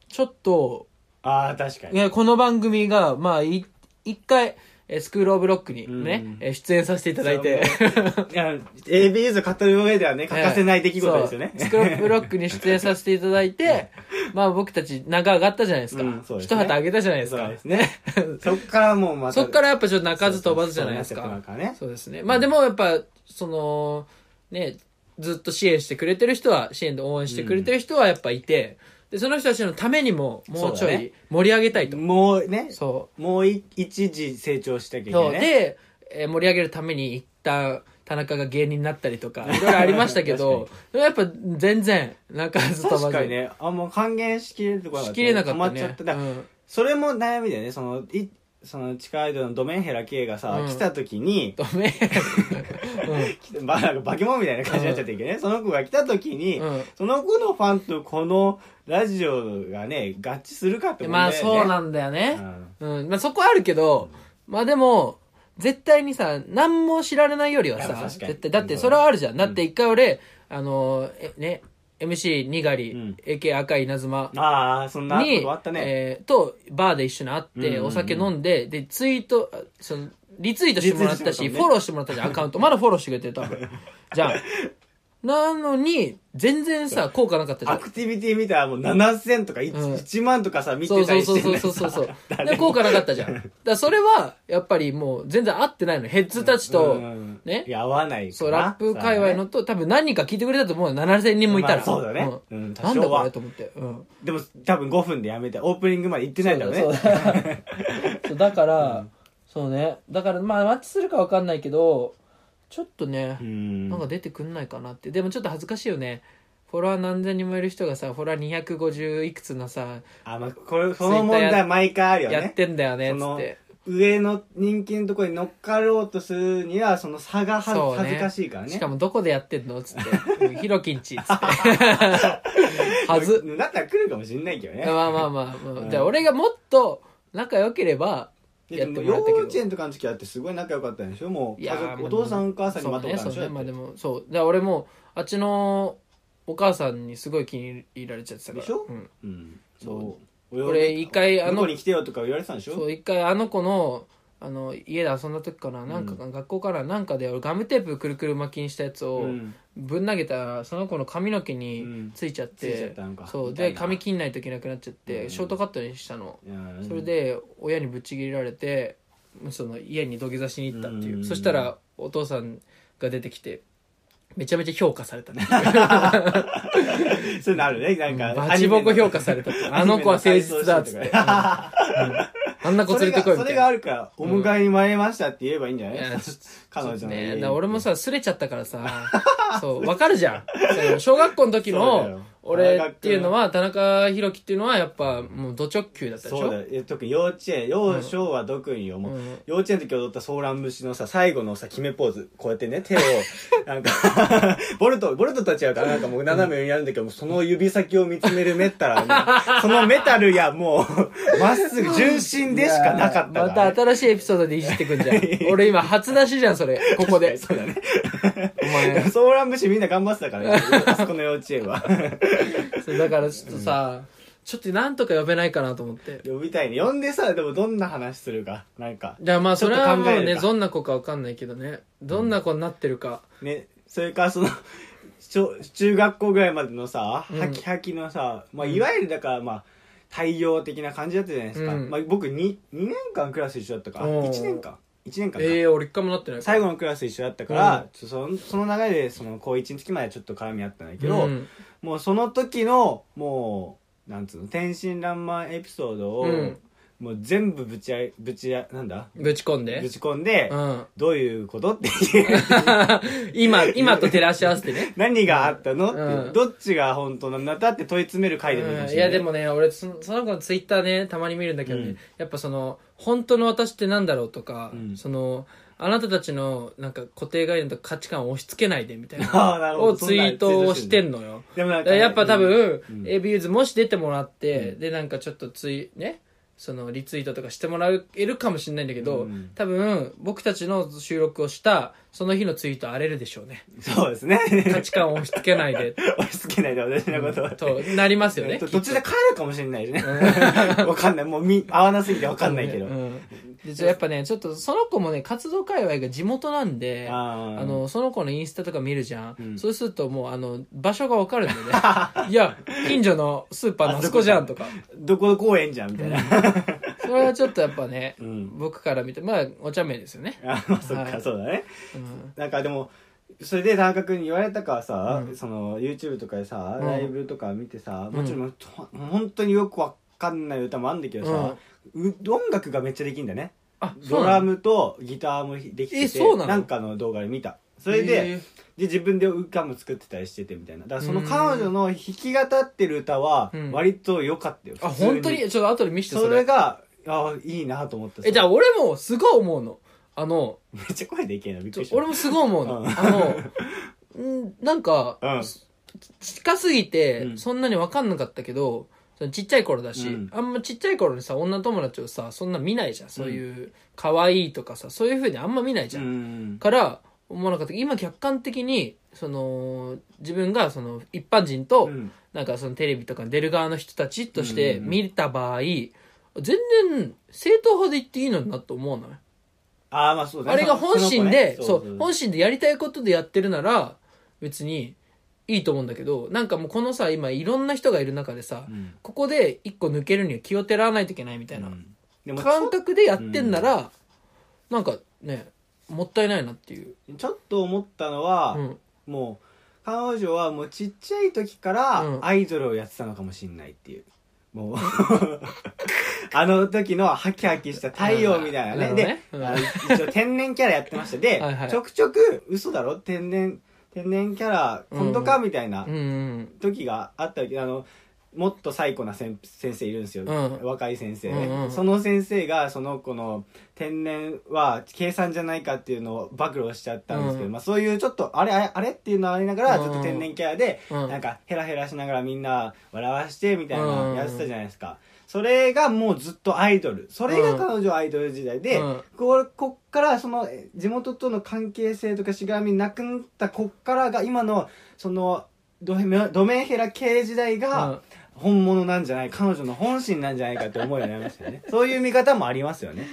[SPEAKER 2] ちょっと
[SPEAKER 1] ああ、確か
[SPEAKER 2] い
[SPEAKER 1] に。
[SPEAKER 2] やこの番組がまあい一回えースクールオブロックにね、
[SPEAKER 1] うん
[SPEAKER 2] えー出演させていただいて。
[SPEAKER 1] いや ABS を語る上ではね、欠かせない出来事ですよね。
[SPEAKER 2] そう スクロープロックに出演させていただいて、まあ僕たち仲上がったじゃないですか。
[SPEAKER 1] うんそうです
[SPEAKER 2] 一
[SPEAKER 1] ね
[SPEAKER 2] 旗あげたじゃないです
[SPEAKER 1] そう
[SPEAKER 2] か
[SPEAKER 1] で。すね。そっからもうまた。
[SPEAKER 2] そっからやっぱちょっと鳴かず飛ばずじゃないです
[SPEAKER 1] そう
[SPEAKER 2] か
[SPEAKER 1] なっ。ちゃってまうからね。
[SPEAKER 2] そうですね。まあでもやっぱ、その、ね、ずっと支援してくれてる人は、支援で応援してくれてる人はやっぱいて、で、その人たちのためにも、もうちょ
[SPEAKER 1] そうだね
[SPEAKER 2] い盛り上げたいと。
[SPEAKER 1] もうね、
[SPEAKER 2] そ
[SPEAKER 1] もうい一時成長したきゃ
[SPEAKER 2] う。
[SPEAKER 1] い
[SPEAKER 2] そ
[SPEAKER 1] け
[SPEAKER 2] う。
[SPEAKER 1] ないね。
[SPEAKER 2] で、えー盛り上げるために一旦、田中が芸人になったりとか、いろいろありました けど、でもやっぱ全然、泣かず飛ばず。
[SPEAKER 1] 確かにね、あ、もう還元しきれるところ
[SPEAKER 2] しきれなか
[SPEAKER 1] 止
[SPEAKER 2] った
[SPEAKER 1] まっ
[SPEAKER 2] ね。
[SPEAKER 1] ちゃった。だから
[SPEAKER 2] うん
[SPEAKER 1] それも悩みだよね、その、い、その地下アイドルのドメンヘラ K がさ、
[SPEAKER 2] うん
[SPEAKER 1] 来た時に、
[SPEAKER 2] ダメ。
[SPEAKER 1] 来てまあなんか化け物みたいな感じになっちゃってるけどね、その子が来た時に、
[SPEAKER 2] うん
[SPEAKER 1] その子のファンとこのラジオがね、合致するかって
[SPEAKER 2] うん。
[SPEAKER 1] 問
[SPEAKER 2] ま
[SPEAKER 1] 題だよね。
[SPEAKER 2] あそうなんだよね。
[SPEAKER 1] うん
[SPEAKER 2] うん。まあそこはあるけど、まあでも、絶対にさ、何も知られないよりはい
[SPEAKER 1] や
[SPEAKER 2] さ、
[SPEAKER 1] 確かに
[SPEAKER 2] 絶対、だってそれはあるじゃん。だって一回俺、あの、えね、MC にがり、
[SPEAKER 1] うん
[SPEAKER 2] AK 赤い稲妻
[SPEAKER 1] ああ、そんなこ
[SPEAKER 2] に
[SPEAKER 1] とあった、ね。
[SPEAKER 2] えーと、バーで一緒に会っ
[SPEAKER 1] うんうん
[SPEAKER 2] て、
[SPEAKER 1] うん
[SPEAKER 2] お酒飲んで、で、ツイート、あその、リツイートしてもらったし、
[SPEAKER 1] リツイートしてもらったね
[SPEAKER 2] フォローしてもらったじゃん、アカウント。まだフォローしてくれてる、多分。じゃあ。なのに、全然さ、効果なかったじゃ
[SPEAKER 1] ア
[SPEAKER 2] ん。
[SPEAKER 1] クティビティ見たらもう7000とか 1,、
[SPEAKER 2] うん
[SPEAKER 1] 1万とかさ、見
[SPEAKER 2] そ
[SPEAKER 1] て
[SPEAKER 2] う
[SPEAKER 1] た
[SPEAKER 2] そう
[SPEAKER 1] りし
[SPEAKER 2] そう
[SPEAKER 1] て
[SPEAKER 2] そうそうそうそう。で、効果なかったじゃん。だからそれは、やっぱりもう全然合ってないの。ヘッズたちと、ね
[SPEAKER 1] いや、合わないかな。
[SPEAKER 2] そう、ラップ界隈のと、多分何人か聞いてくれたと思うよ。7000人もいた
[SPEAKER 1] ま
[SPEAKER 2] ら。
[SPEAKER 1] あそうだねうん
[SPEAKER 2] ん
[SPEAKER 1] 多
[SPEAKER 2] なん
[SPEAKER 1] 少
[SPEAKER 2] だ
[SPEAKER 1] は
[SPEAKER 2] これと思って。うん。
[SPEAKER 1] でも多分5分でやめて、オープニングまで行ってないんだろうね。
[SPEAKER 2] そう だそうだそうだから、そうねだからまあマッチするかわかんないけどちょっとね
[SPEAKER 1] う、ん。
[SPEAKER 2] なんか出てくんないかなってでもちょっと恥ずかしいよねフォロワー何千人もいる人がさフォロワー250いくつのさ、
[SPEAKER 1] あ、まあ、これ、その問題毎回あるよ
[SPEAKER 2] やっ
[SPEAKER 1] ね。
[SPEAKER 2] てんだよね
[SPEAKER 1] そ
[SPEAKER 2] っつっ
[SPEAKER 1] の
[SPEAKER 2] て
[SPEAKER 1] 上の人気のところに乗っかろうとするには、その差がは
[SPEAKER 2] そうね
[SPEAKER 1] 恥ずかしいからね。
[SPEAKER 2] しかもどこでやってんのっつってうん「ヒロキンち」っつって はず
[SPEAKER 1] だったら来るかもしんないけどね。
[SPEAKER 2] まあまあまあ、まあ
[SPEAKER 1] うん
[SPEAKER 2] じゃあ俺がもっと仲良ければ
[SPEAKER 1] で
[SPEAKER 2] やっ
[SPEAKER 1] も
[SPEAKER 2] て
[SPEAKER 1] 幼
[SPEAKER 2] もらったけど
[SPEAKER 1] 稚園とかの時だってすごい仲良かったんでしょもう
[SPEAKER 2] い
[SPEAKER 1] 家
[SPEAKER 2] や
[SPEAKER 1] 族、
[SPEAKER 2] ー
[SPEAKER 1] お父さんお母さんに
[SPEAKER 2] そう
[SPEAKER 1] まとっ
[SPEAKER 2] ね
[SPEAKER 1] たん
[SPEAKER 2] そ
[SPEAKER 1] で
[SPEAKER 2] う
[SPEAKER 1] しょ
[SPEAKER 2] ねまあでもそうだから俺もあっちのお母さんにすごい気に入られちゃってたから
[SPEAKER 1] でしょ
[SPEAKER 2] うん、
[SPEAKER 1] うん
[SPEAKER 2] そ
[SPEAKER 1] 俺
[SPEAKER 2] 俺一回あの
[SPEAKER 1] 向こうに来てよとか言われてたんでしょ
[SPEAKER 2] そう一回あの子のあの家で遊んだ時かななんか、学校からなんかで俺ガムテープくるくる巻きにしたやつを
[SPEAKER 1] うん
[SPEAKER 2] ぶん投げたらその子の髪の毛
[SPEAKER 1] うん
[SPEAKER 2] についちゃっ
[SPEAKER 1] ついちゃってたのか、
[SPEAKER 2] そう
[SPEAKER 1] 痛い
[SPEAKER 2] で
[SPEAKER 1] な
[SPEAKER 2] 髪切んないといけなくなっちゃって、
[SPEAKER 1] うん
[SPEAKER 2] ショートカットにしたの、
[SPEAKER 1] うん
[SPEAKER 2] それで親にぶっちぎれられてその家に土下座しに行ったっていう、
[SPEAKER 1] うん
[SPEAKER 2] そしたらお父さんが出てきてめちゃめちゃ評価されたね
[SPEAKER 1] そういうのあるねなんか、
[SPEAKER 2] バチボコ評価されたってあの子は誠実だっつって、うんあんな子
[SPEAKER 1] それ
[SPEAKER 2] 連れ
[SPEAKER 1] が
[SPEAKER 2] てこいみ
[SPEAKER 1] そ
[SPEAKER 2] た
[SPEAKER 1] れ
[SPEAKER 2] い
[SPEAKER 1] が
[SPEAKER 2] な
[SPEAKER 1] あるからお迎えに参りましたって言えばいいんじゃない
[SPEAKER 2] いやちょ
[SPEAKER 1] 彼女
[SPEAKER 2] そう
[SPEAKER 1] の家
[SPEAKER 2] ね
[SPEAKER 1] に
[SPEAKER 2] だから俺もさすれちゃったからさそうわかるじゃんその小学校の時
[SPEAKER 1] そうだ
[SPEAKER 2] の
[SPEAKER 1] よ
[SPEAKER 2] 俺っていうのは田中宏樹っていうのはやっぱもうド直球だったでし
[SPEAKER 1] そう
[SPEAKER 2] ょ
[SPEAKER 1] だよえ特に幼稚園幼少は特によもう、
[SPEAKER 2] うん
[SPEAKER 1] 幼稚園の時踊ったソーラン節のさ最後のさ決めポーズこうやってね 手をなんかボルトボルトとは違うからなんかもう斜めにやるんだけど、もうその指先を見つめるメタ らそのメタルやもうまっすぐ純真でしかなかったから、ね、
[SPEAKER 2] また新しいエピソードでいじってくんじゃ ん俺今初出しじゃんそれここで
[SPEAKER 1] そうだね
[SPEAKER 2] お前
[SPEAKER 1] ソーラン節みんな頑張ってたからね あそこの幼稚園は
[SPEAKER 2] そうだからちょっとさ、ちょっとなんとか呼べないかなと思って
[SPEAKER 1] 呼びたいね呼んでさでもどんな話するかなんか
[SPEAKER 2] じゃあまあそれはも
[SPEAKER 1] ちょっと
[SPEAKER 2] う
[SPEAKER 1] 考え
[SPEAKER 2] ね
[SPEAKER 1] るか
[SPEAKER 2] どんな子かわかんないけどねどんな子になってるか、
[SPEAKER 1] ね、それからその、 小中学校ぐらいまでのさ、
[SPEAKER 2] うん
[SPEAKER 1] ハキハキのさ、まあ、いわゆるだから、まあ、対応的な感じだったじゃないですか。
[SPEAKER 2] うん
[SPEAKER 1] まあ、僕に2年間クラス一緒だったから、
[SPEAKER 2] おー
[SPEAKER 1] 1年間。一年間か。
[SPEAKER 2] ええ俺一回もなってない
[SPEAKER 1] 最後のクラス一緒だったから、ちょそのその流れでその高1の時までちょっと絡みあったんだけど、
[SPEAKER 2] うん
[SPEAKER 1] もうその時のもうなんつうの天真爛漫エピソードを、
[SPEAKER 2] うん
[SPEAKER 1] もう全部ぶちあいぶちあなんだ
[SPEAKER 2] ぶち込んで
[SPEAKER 1] ぶち込んで、
[SPEAKER 2] うん、
[SPEAKER 1] どういうことっていう
[SPEAKER 2] 今今と照らし合わせてね
[SPEAKER 1] 何があったの、
[SPEAKER 2] うん
[SPEAKER 1] ってどっちが本当なんだって問い詰める回でもいいかも
[SPEAKER 2] うん
[SPEAKER 1] し
[SPEAKER 2] い
[SPEAKER 1] れない、
[SPEAKER 2] やでもね俺そその子のツイッターねたまに見るんだけどね、
[SPEAKER 1] うん
[SPEAKER 2] やっぱその本当の私ってなんだろうとか、
[SPEAKER 1] うん
[SPEAKER 2] そのあなたたちのなんか固定概念とか価値観を押し付けないでみたい
[SPEAKER 1] あーな
[SPEAKER 2] な
[SPEAKER 1] るほど
[SPEAKER 2] をツイートをしてんのよ
[SPEAKER 1] でもなん
[SPEAKER 2] だからやっぱ多分、
[SPEAKER 1] うん
[SPEAKER 2] AB ユーズもし出てもらって、でなんかちょっとついねそのリツイートとかしてもらえるかもしれないんだけ
[SPEAKER 1] う
[SPEAKER 2] ど、
[SPEAKER 1] ん
[SPEAKER 2] 多分僕たちの収録をしたその日のツイート荒れるでしょうね
[SPEAKER 1] そうですね。
[SPEAKER 2] 価値観を押し付けないで
[SPEAKER 1] 押し付けないで私のことは。
[SPEAKER 2] となりますよね
[SPEAKER 1] と
[SPEAKER 2] きっと
[SPEAKER 1] 途中で帰るかもしれないしね。 わかんない。もうみ、合わなすぎてわかんないけど
[SPEAKER 2] う。んでちょやっぱねちょっとその子もね活動界隈が地元なんであ
[SPEAKER 1] あー
[SPEAKER 2] のその子のインスタとか見るじゃん、
[SPEAKER 1] うん
[SPEAKER 2] そうするともうあの場所が分かるん でねいや近所のスーパーのあそこじゃんとか
[SPEAKER 1] どこ公園じゃんみたいな。
[SPEAKER 2] それはちょっとやっぱね、
[SPEAKER 1] うん。
[SPEAKER 2] 僕から見てまあお茶目ですよね、
[SPEAKER 1] あ、まあ、そっ
[SPEAKER 2] は
[SPEAKER 1] か、
[SPEAKER 2] い
[SPEAKER 1] そうだね。
[SPEAKER 2] うん
[SPEAKER 1] なんかでも、それで田中君に言われたからさ、
[SPEAKER 2] うん
[SPEAKER 1] その YouTube とかでさ、
[SPEAKER 2] うん
[SPEAKER 1] ライブとか見てさ、
[SPEAKER 2] うん
[SPEAKER 1] もちろんと本当によくわかんない歌もあるんだけどさ、う音楽がめっちゃできんだね
[SPEAKER 2] あそう
[SPEAKER 1] ド
[SPEAKER 2] な
[SPEAKER 1] ラ
[SPEAKER 2] の
[SPEAKER 1] ムとギターもできて
[SPEAKER 2] え
[SPEAKER 1] て
[SPEAKER 2] そうなの
[SPEAKER 1] んかの動画で見たそれで,、
[SPEAKER 2] へー
[SPEAKER 1] で自分で歌も作ってたりしててみたいなだからその彼女の弾き語ってる歌は
[SPEAKER 2] うん
[SPEAKER 1] 割と良かったよ、
[SPEAKER 2] あ
[SPEAKER 1] 普通に
[SPEAKER 2] 本当にちょっと後で見せて
[SPEAKER 1] そ
[SPEAKER 2] そ
[SPEAKER 1] れ
[SPEAKER 2] れ
[SPEAKER 1] があいいなと思った
[SPEAKER 2] えじゃあ俺もすごい思うのあの
[SPEAKER 1] めっちゃ声でけえなびっく
[SPEAKER 2] ちょ
[SPEAKER 1] りした
[SPEAKER 2] 俺もすごい思うの、
[SPEAKER 1] うん
[SPEAKER 2] あの んなんか、
[SPEAKER 1] うん
[SPEAKER 2] 近すぎ
[SPEAKER 1] う
[SPEAKER 2] て
[SPEAKER 1] ん
[SPEAKER 2] そんなに分かんなかったけど、そのちっちゃい頃だし、
[SPEAKER 1] うん
[SPEAKER 2] あんまちっちゃい頃にさ女友達をさそんな見ないじゃんそういう可愛いとかさそういうふうにあんま見ないじゃん、
[SPEAKER 1] うん
[SPEAKER 2] から思わなかったけど今客観的にその自分がその一般人と、
[SPEAKER 1] うん
[SPEAKER 2] なんかそのテレビとかに出る側の人たちとして
[SPEAKER 1] うんうん
[SPEAKER 2] 見た場合、全然正統派で言っていいのになと思わない
[SPEAKER 1] あーまあそうだ
[SPEAKER 2] あれが本心で、
[SPEAKER 1] その
[SPEAKER 2] そ
[SPEAKER 1] 子ね
[SPEAKER 2] う、本心でやりたいことでやってるなら、別にいいと思うんだけど、なんかもうこのさ、今いろんな人がいる中でさ、
[SPEAKER 1] うん
[SPEAKER 2] ここで一個抜けるには気を照らわないといけないみたい
[SPEAKER 1] う
[SPEAKER 2] な、
[SPEAKER 1] んでもちょ
[SPEAKER 2] 感覚でやってんなら、なんかね、もったいないなっていう。
[SPEAKER 1] ちょっと思ったのは、
[SPEAKER 2] うん。
[SPEAKER 1] もう彼女はもうちっちゃい時から
[SPEAKER 2] うん
[SPEAKER 1] アイドルをやってたのかもしれないっていう、もう あの時のハキハキした太陽みたいなね
[SPEAKER 2] うん
[SPEAKER 1] で
[SPEAKER 2] なるほどねうん
[SPEAKER 1] あの一応天然キャラやってましたで
[SPEAKER 2] はいはい
[SPEAKER 1] ちょくちょく嘘だろ天然天然キャラ本当か、
[SPEAKER 2] う
[SPEAKER 1] みたいな
[SPEAKER 2] うんうん。
[SPEAKER 1] 時があったけどあのもっと最古な先先生いるんですよ、
[SPEAKER 2] うん
[SPEAKER 1] 若い先生ね、
[SPEAKER 2] うんうん
[SPEAKER 1] その先生がその子の天然は計算じゃないかっていうのを暴露しちゃったんですけど、
[SPEAKER 2] うん
[SPEAKER 1] まあ、そういうちょっとあれあれあれっていうのありながら
[SPEAKER 2] うん
[SPEAKER 1] ちょっと天然キャラで
[SPEAKER 2] うん
[SPEAKER 1] なんかヘラヘラしながらみんな笑わしてみたい
[SPEAKER 2] うん
[SPEAKER 1] なやってたじゃないですかそれがもうずっとアイドルそれが彼女アイドル時代で、
[SPEAKER 2] うん
[SPEAKER 1] これこっからそのえ地元との関係性とかしがらみなくなったこっからが今のそのドメドメンヘラ系時代
[SPEAKER 2] う
[SPEAKER 1] が
[SPEAKER 2] ん
[SPEAKER 1] 本物なんじゃない彼女の本心なんじゃないかって思うようになりました よねそういう見方もありますよね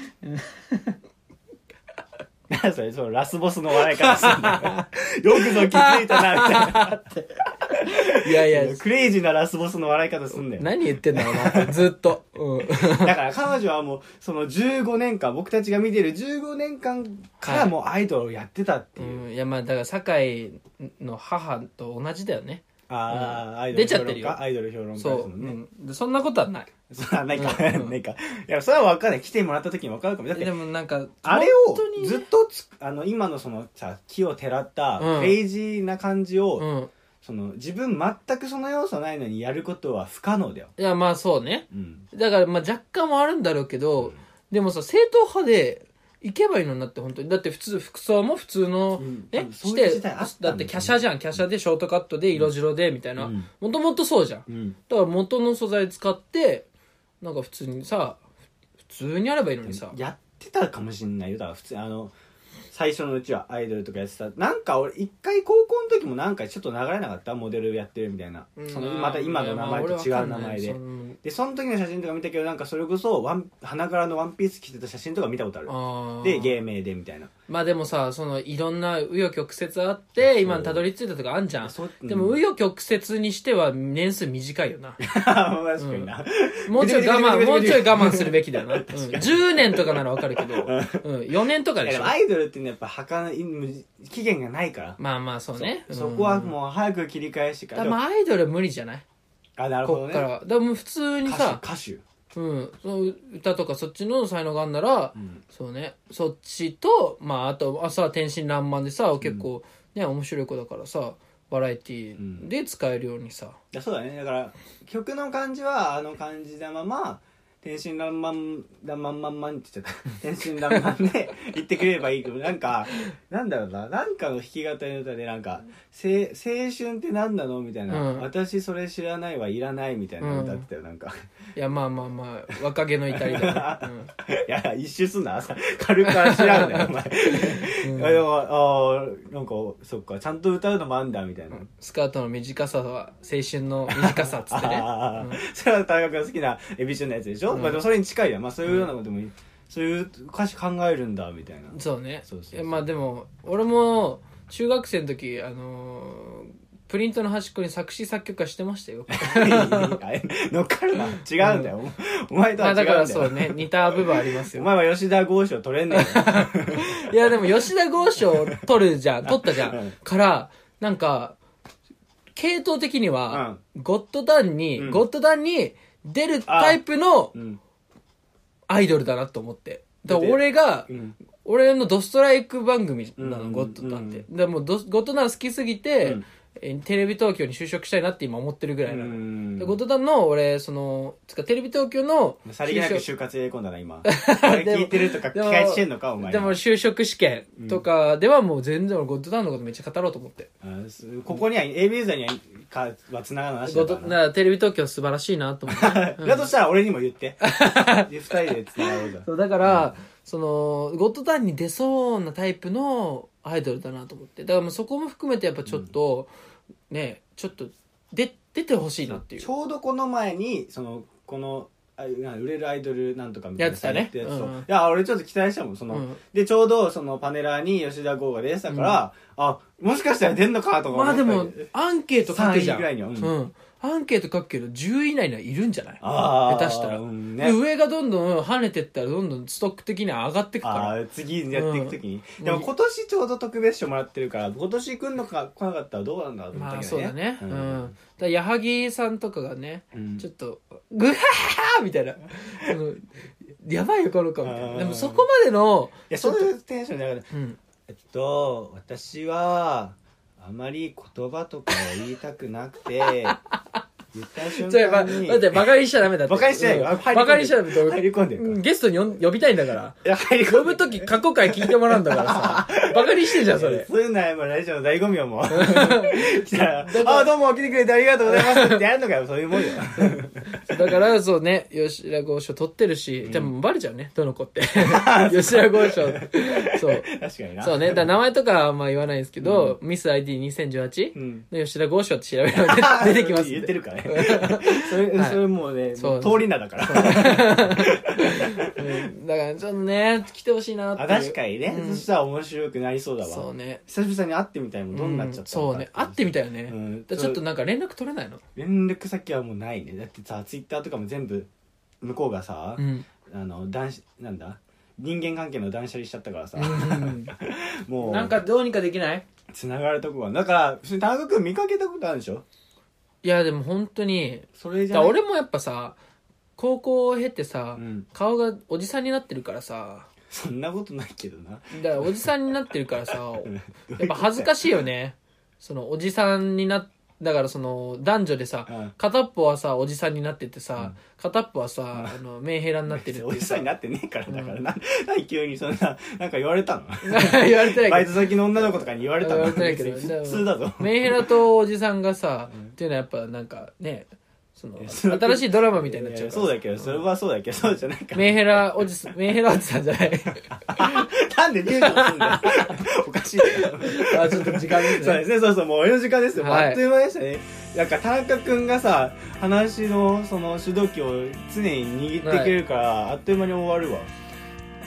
[SPEAKER 1] なんそれそのラスボスの笑い方すんだよよくぞ気づいたなみたいない
[SPEAKER 2] や いや、
[SPEAKER 1] クレイジーなラスボスの笑い方すんだよ
[SPEAKER 2] 何言ってんだろう な、ずっと。うん。
[SPEAKER 1] だから彼女はもうその15年間僕たちが見てる15年間からもうアイドルをやってたっていう、
[SPEAKER 2] うん、いやまあだから堺の母と同じだよね
[SPEAKER 1] ああ、
[SPEAKER 2] うん
[SPEAKER 1] アイドル
[SPEAKER 2] 出ちゃっ
[SPEAKER 1] 評
[SPEAKER 2] てる
[SPEAKER 1] 論
[SPEAKER 2] よ
[SPEAKER 1] 家アイドル評論家です
[SPEAKER 2] そう、
[SPEAKER 1] もんね。
[SPEAKER 2] うんでそんなことはない
[SPEAKER 1] そんな、ないか、
[SPEAKER 2] うん
[SPEAKER 1] ないか。いや、それは分かんない。来てもらった時に分かるかも。だっ
[SPEAKER 2] で
[SPEAKER 1] て、
[SPEAKER 2] もなんか
[SPEAKER 1] あれ
[SPEAKER 2] 本当に
[SPEAKER 1] を
[SPEAKER 2] ね
[SPEAKER 1] ずっとつ、あの、今のそのさ、木をてらった、
[SPEAKER 2] うん
[SPEAKER 1] クレイジーな感じを、
[SPEAKER 2] うん
[SPEAKER 1] その、自分全くその要素ないのにやることは不可能だよ。
[SPEAKER 2] いやまあそうね
[SPEAKER 1] うん。
[SPEAKER 2] だからまあ若干もあるんだろうけど、でもさ正統派で行けばいいのになって本当にだって普通服装も普通の、
[SPEAKER 1] うん
[SPEAKER 2] ね
[SPEAKER 1] うんそうい
[SPEAKER 2] し
[SPEAKER 1] う
[SPEAKER 2] て
[SPEAKER 1] 時代あったんだよね
[SPEAKER 2] だってキャシャじゃんキャシャでショートカットで色白でみたいな
[SPEAKER 1] うん
[SPEAKER 2] もともとそうじゃん
[SPEAKER 1] うん。
[SPEAKER 2] だから元の素材使ってなんか普通にさ普通にやればいいのにさ
[SPEAKER 1] やってたかもしんないよ。だから、普通に、あの、最初のうちはアイドルとかやってた。なんか俺、一回高校の時もなんかちょっと流れなかったモデルやってるみたいな。その、また今の名前と違う名前で。でその時の写真とか見たけどなんかそれこそワン花柄のワンピース着てた写真とか見たことあるで
[SPEAKER 2] で
[SPEAKER 1] 芸名でみたい な
[SPEAKER 2] まあでもさそのいろんな紆余曲折あって今にたどり着いたとかあんじゃん
[SPEAKER 1] そう
[SPEAKER 2] でも紆余曲折にしては年数短いよ な
[SPEAKER 1] 確かにな、
[SPEAKER 2] もうちょい我 慢もうちょい我慢するべきだよな、うん、
[SPEAKER 1] 確かに
[SPEAKER 2] 10年とかならわかるけど、 うん、4年とか
[SPEAKER 1] いや
[SPEAKER 2] でし
[SPEAKER 1] で
[SPEAKER 2] ょ
[SPEAKER 1] もアイドルっていうのはやっぱ儚い期限がないから、
[SPEAKER 2] まあまあそうね
[SPEAKER 1] そこは
[SPEAKER 2] う
[SPEAKER 1] もう早く切り返してか
[SPEAKER 2] んだ
[SPEAKER 1] ら
[SPEAKER 2] からまあアイドルは無理じゃない
[SPEAKER 1] あなるほ
[SPEAKER 2] こ
[SPEAKER 1] ど
[SPEAKER 2] っから
[SPEAKER 1] ね
[SPEAKER 2] はだからもう普通に
[SPEAKER 1] 歌
[SPEAKER 2] さ、
[SPEAKER 1] 手歌手
[SPEAKER 2] うん、その歌とかそっちの才能があんなら、
[SPEAKER 1] うん
[SPEAKER 2] そうねそっちとまああとあさ天真爛漫でさ結構ね、面白い子だからさバラエティーで使えるようにさ、
[SPEAKER 1] いやそうだねだから曲の感じはあの感じなまま天真爛漫、爛漫漫漫って言っちゃ った。天真爛漫で言ってくれればいいけど、なんか、なんだろうな、なんかの弾き語りの歌で、なんか、せ青春って何なのみたいな、
[SPEAKER 2] うん
[SPEAKER 1] 私それ知らないはいらないみたいな歌ってたよ、なんか。
[SPEAKER 2] いやまあまあまあ若気の至りだ、ねうん
[SPEAKER 1] いや、一周すんな、 朝軽くあしらうなよ、お前。
[SPEAKER 2] うん
[SPEAKER 1] い やでもああなんかそっかちゃんと歌うのもあんだみたいな、
[SPEAKER 2] スカートの短さは青春の短さっつって ね
[SPEAKER 1] ああ、
[SPEAKER 2] うん
[SPEAKER 1] それは田中君が好きなエビ中のやつでしょ、
[SPEAKER 2] うん
[SPEAKER 1] まあでもそれに近いやまあそういうようなこともいい、そういう歌詞考えるんだみたいな
[SPEAKER 2] そうね
[SPEAKER 1] そうそうそう
[SPEAKER 2] いやまあでも俺も中学生の時あのープリントの端っこに作詞作曲家してましたよ
[SPEAKER 1] 乗っかるな違うんだよ、お前と
[SPEAKER 2] ま
[SPEAKER 1] は違うんだ
[SPEAKER 2] あだ
[SPEAKER 1] よ、
[SPEAKER 2] からそうね似た部分あります
[SPEAKER 1] お
[SPEAKER 2] よ
[SPEAKER 1] 前は吉田豪賞取 れんねんよ
[SPEAKER 2] いやでも吉田豪賞取るじゃん取ったじゃ
[SPEAKER 1] うん
[SPEAKER 2] んからなんか系統的には、ゴッドダンに、
[SPEAKER 1] うん
[SPEAKER 2] ゴッドダンに出るタイプの
[SPEAKER 1] うん、
[SPEAKER 2] アイドルだなと思ってだから
[SPEAKER 1] で
[SPEAKER 2] 俺が
[SPEAKER 1] うん、
[SPEAKER 2] 俺のドストライク番組な
[SPEAKER 1] うん
[SPEAKER 2] の、ゴッドタンっ
[SPEAKER 1] う
[SPEAKER 2] て。でもうドス、ゴッドタン好きすぎて、
[SPEAKER 1] うん
[SPEAKER 2] えーテレビ東京に就職したいなって今思ってるぐらいなの。でゴッ
[SPEAKER 1] と
[SPEAKER 2] ドタンの俺、その、つかテレビ東京の就職、
[SPEAKER 1] さりげなく就活入れ込んだな 今あれ聞いてるとか期
[SPEAKER 2] でも
[SPEAKER 1] 待してんのかお前
[SPEAKER 2] でも就職試験とかではもう全然俺ゴッドタンのことめっちゃ語ろうと思って。
[SPEAKER 1] うんすここには AB ユーザーにはかはつながらなし
[SPEAKER 2] ゴ
[SPEAKER 1] だ
[SPEAKER 2] ッ
[SPEAKER 1] から
[SPEAKER 2] ド
[SPEAKER 1] な
[SPEAKER 2] だからテレビ東京素晴らしいなと思って。 うん
[SPEAKER 1] だとしたら俺にも言 って。二人で繋がろうじゃん。
[SPEAKER 2] そうだから、そのゴッドタンに出そうなタイプのアイドルだなと思ってだからもうそこも含めてやっぱちょっと、ねちょっとで出てほしいなっていう
[SPEAKER 1] ちょうどこの前に、その、この、あな売れるアイドルなんとかみたいな
[SPEAKER 2] やってたね
[SPEAKER 1] サイトやつを
[SPEAKER 2] うんうん
[SPEAKER 1] いや、俺ちょっと期待したもん、その。
[SPEAKER 2] うん
[SPEAKER 1] で、ちょうどそのパネラーに吉田剛が出てたから、あ、もしかしたら出んのかとか
[SPEAKER 2] まあでも
[SPEAKER 1] て
[SPEAKER 2] アンケート書くじ
[SPEAKER 1] 3位
[SPEAKER 2] ゃん
[SPEAKER 1] ぐらいにはうん
[SPEAKER 2] うんアンケート書くけど10位以内にはいるんじゃない
[SPEAKER 1] あー
[SPEAKER 2] 下手したら、
[SPEAKER 1] うん
[SPEAKER 2] で
[SPEAKER 1] ね。
[SPEAKER 2] 上がどんどん跳ねてったらどんどんストック的には上がってくから
[SPEAKER 1] あー次やっていくときに、
[SPEAKER 2] うん
[SPEAKER 1] でも今年ちょうど特別賞もらってるから今年来んのか来なかったらどうなんだろうと思
[SPEAKER 2] ま
[SPEAKER 1] っ
[SPEAKER 2] あ
[SPEAKER 1] たけど
[SPEAKER 2] そう
[SPEAKER 1] ね、
[SPEAKER 2] だねうん、だから矢作さんとかがね、
[SPEAKER 1] うん
[SPEAKER 2] ちょっと「グハハハ!」みたいな「そのやばいよこの子」みたい
[SPEAKER 1] あー
[SPEAKER 2] なでもそこまでの
[SPEAKER 1] いやそういうテンションじゃなくて
[SPEAKER 2] うん
[SPEAKER 1] えっと私はあまり言葉とかを言いたくなく て言った瞬
[SPEAKER 2] じゃあ、ま、
[SPEAKER 1] 間に
[SPEAKER 2] だって、バカにしちゃダメだって。
[SPEAKER 1] バカにしちゃダメ
[SPEAKER 2] うん
[SPEAKER 1] 入り込んでる
[SPEAKER 2] バカにしちゃダメだって。
[SPEAKER 1] 入り込んでる
[SPEAKER 2] うゲストに呼ん呼びたいんだから。
[SPEAKER 1] いや入り込
[SPEAKER 2] 呼
[SPEAKER 1] む
[SPEAKER 2] ぶとき、過去回聞いてもらうんだから さ。バカにしてんじゃん、それ。
[SPEAKER 1] そういうのはやっぱラジオの醍醐味よ もう 来たら「あどうも来てくれてありがとうございます」ってやるのか よそういうもんよ
[SPEAKER 2] だから、そうね、吉田豪賞取ってるし、でもバレちゃうね、どの 子って。吉田豪賞。そう。
[SPEAKER 1] 確かにな
[SPEAKER 2] そうね、だから名前とかはあんま言わないですけど、ミス ID2018
[SPEAKER 1] うん
[SPEAKER 2] の吉田豪賞って調べるので 出てきますんで。
[SPEAKER 1] 言ってる からねそれ,、
[SPEAKER 2] はい
[SPEAKER 1] それもうね
[SPEAKER 2] そう
[SPEAKER 1] 通り名だから
[SPEAKER 2] うんだから、ちょっとね、来てほしいなってい
[SPEAKER 1] あ
[SPEAKER 2] う。
[SPEAKER 1] 確かにね、
[SPEAKER 2] うん
[SPEAKER 1] そしたら面白くなりそうだわ
[SPEAKER 2] そうね。
[SPEAKER 1] 久々に会ってみたいもんどうなっちゃった
[SPEAKER 2] うん
[SPEAKER 1] の
[SPEAKER 2] そう
[SPEAKER 1] か
[SPEAKER 2] ね会ってみたいよね、
[SPEAKER 1] うん
[SPEAKER 2] だからちょっとなんか連絡取れないの
[SPEAKER 1] 連絡先はもうないねだってさツイッターとかも全部向こうがさ、
[SPEAKER 2] うん
[SPEAKER 1] あの男子なんだ人間関係の断捨離しちゃったからさ、 も
[SPEAKER 2] なん
[SPEAKER 1] う
[SPEAKER 2] かどうにかできない
[SPEAKER 1] つながるとこがだから普通に田中君見かけたことあるでしょ
[SPEAKER 2] いやでも本当に
[SPEAKER 1] それじ
[SPEAKER 2] だ
[SPEAKER 1] ゃ
[SPEAKER 2] から
[SPEAKER 1] ない
[SPEAKER 2] 俺もやっぱさ高校を経てさ、
[SPEAKER 1] うん
[SPEAKER 2] 顔がおじさんになってるからさ
[SPEAKER 1] そんなことないけどな
[SPEAKER 2] だからおじさんになってるか らさ
[SPEAKER 1] や
[SPEAKER 2] やっぱ恥ずかしいよねそのおじさんになっだからその男女でさ、
[SPEAKER 1] うん
[SPEAKER 2] 片っぽはさおじさんになっててさ、片っぽはさ、あのメンヘラになってるっていう
[SPEAKER 1] おじさんになってねえからだからな、何急にそんななんか言われたの
[SPEAKER 2] 言われてないけど
[SPEAKER 1] バイト先の女の子とかに言われたの
[SPEAKER 2] 言われてないけど
[SPEAKER 1] 別に普通だぞ
[SPEAKER 2] メンヘラとおじさんがさ、っていうのはやっぱなんかね、その、
[SPEAKER 1] やそれ
[SPEAKER 2] 新しいドラマみたいになっちゃうから
[SPEAKER 1] そうだけどそれはそうだけどそうじゃないから
[SPEAKER 2] メンヘラおじさん、メンヘラおじさんじ ゃない。
[SPEAKER 1] なんで入場すんだよ おかしいだろ
[SPEAKER 2] あ、ちょっと時間で す
[SPEAKER 1] そう
[SPEAKER 2] ね
[SPEAKER 1] で。すね、そうそう、もうお4時間ですよ。
[SPEAKER 2] はい
[SPEAKER 1] あっという間でしたね。なんか、田中くんがさ、話の、その、主導権を常に握ってくれるから、あっという間に終わるわ。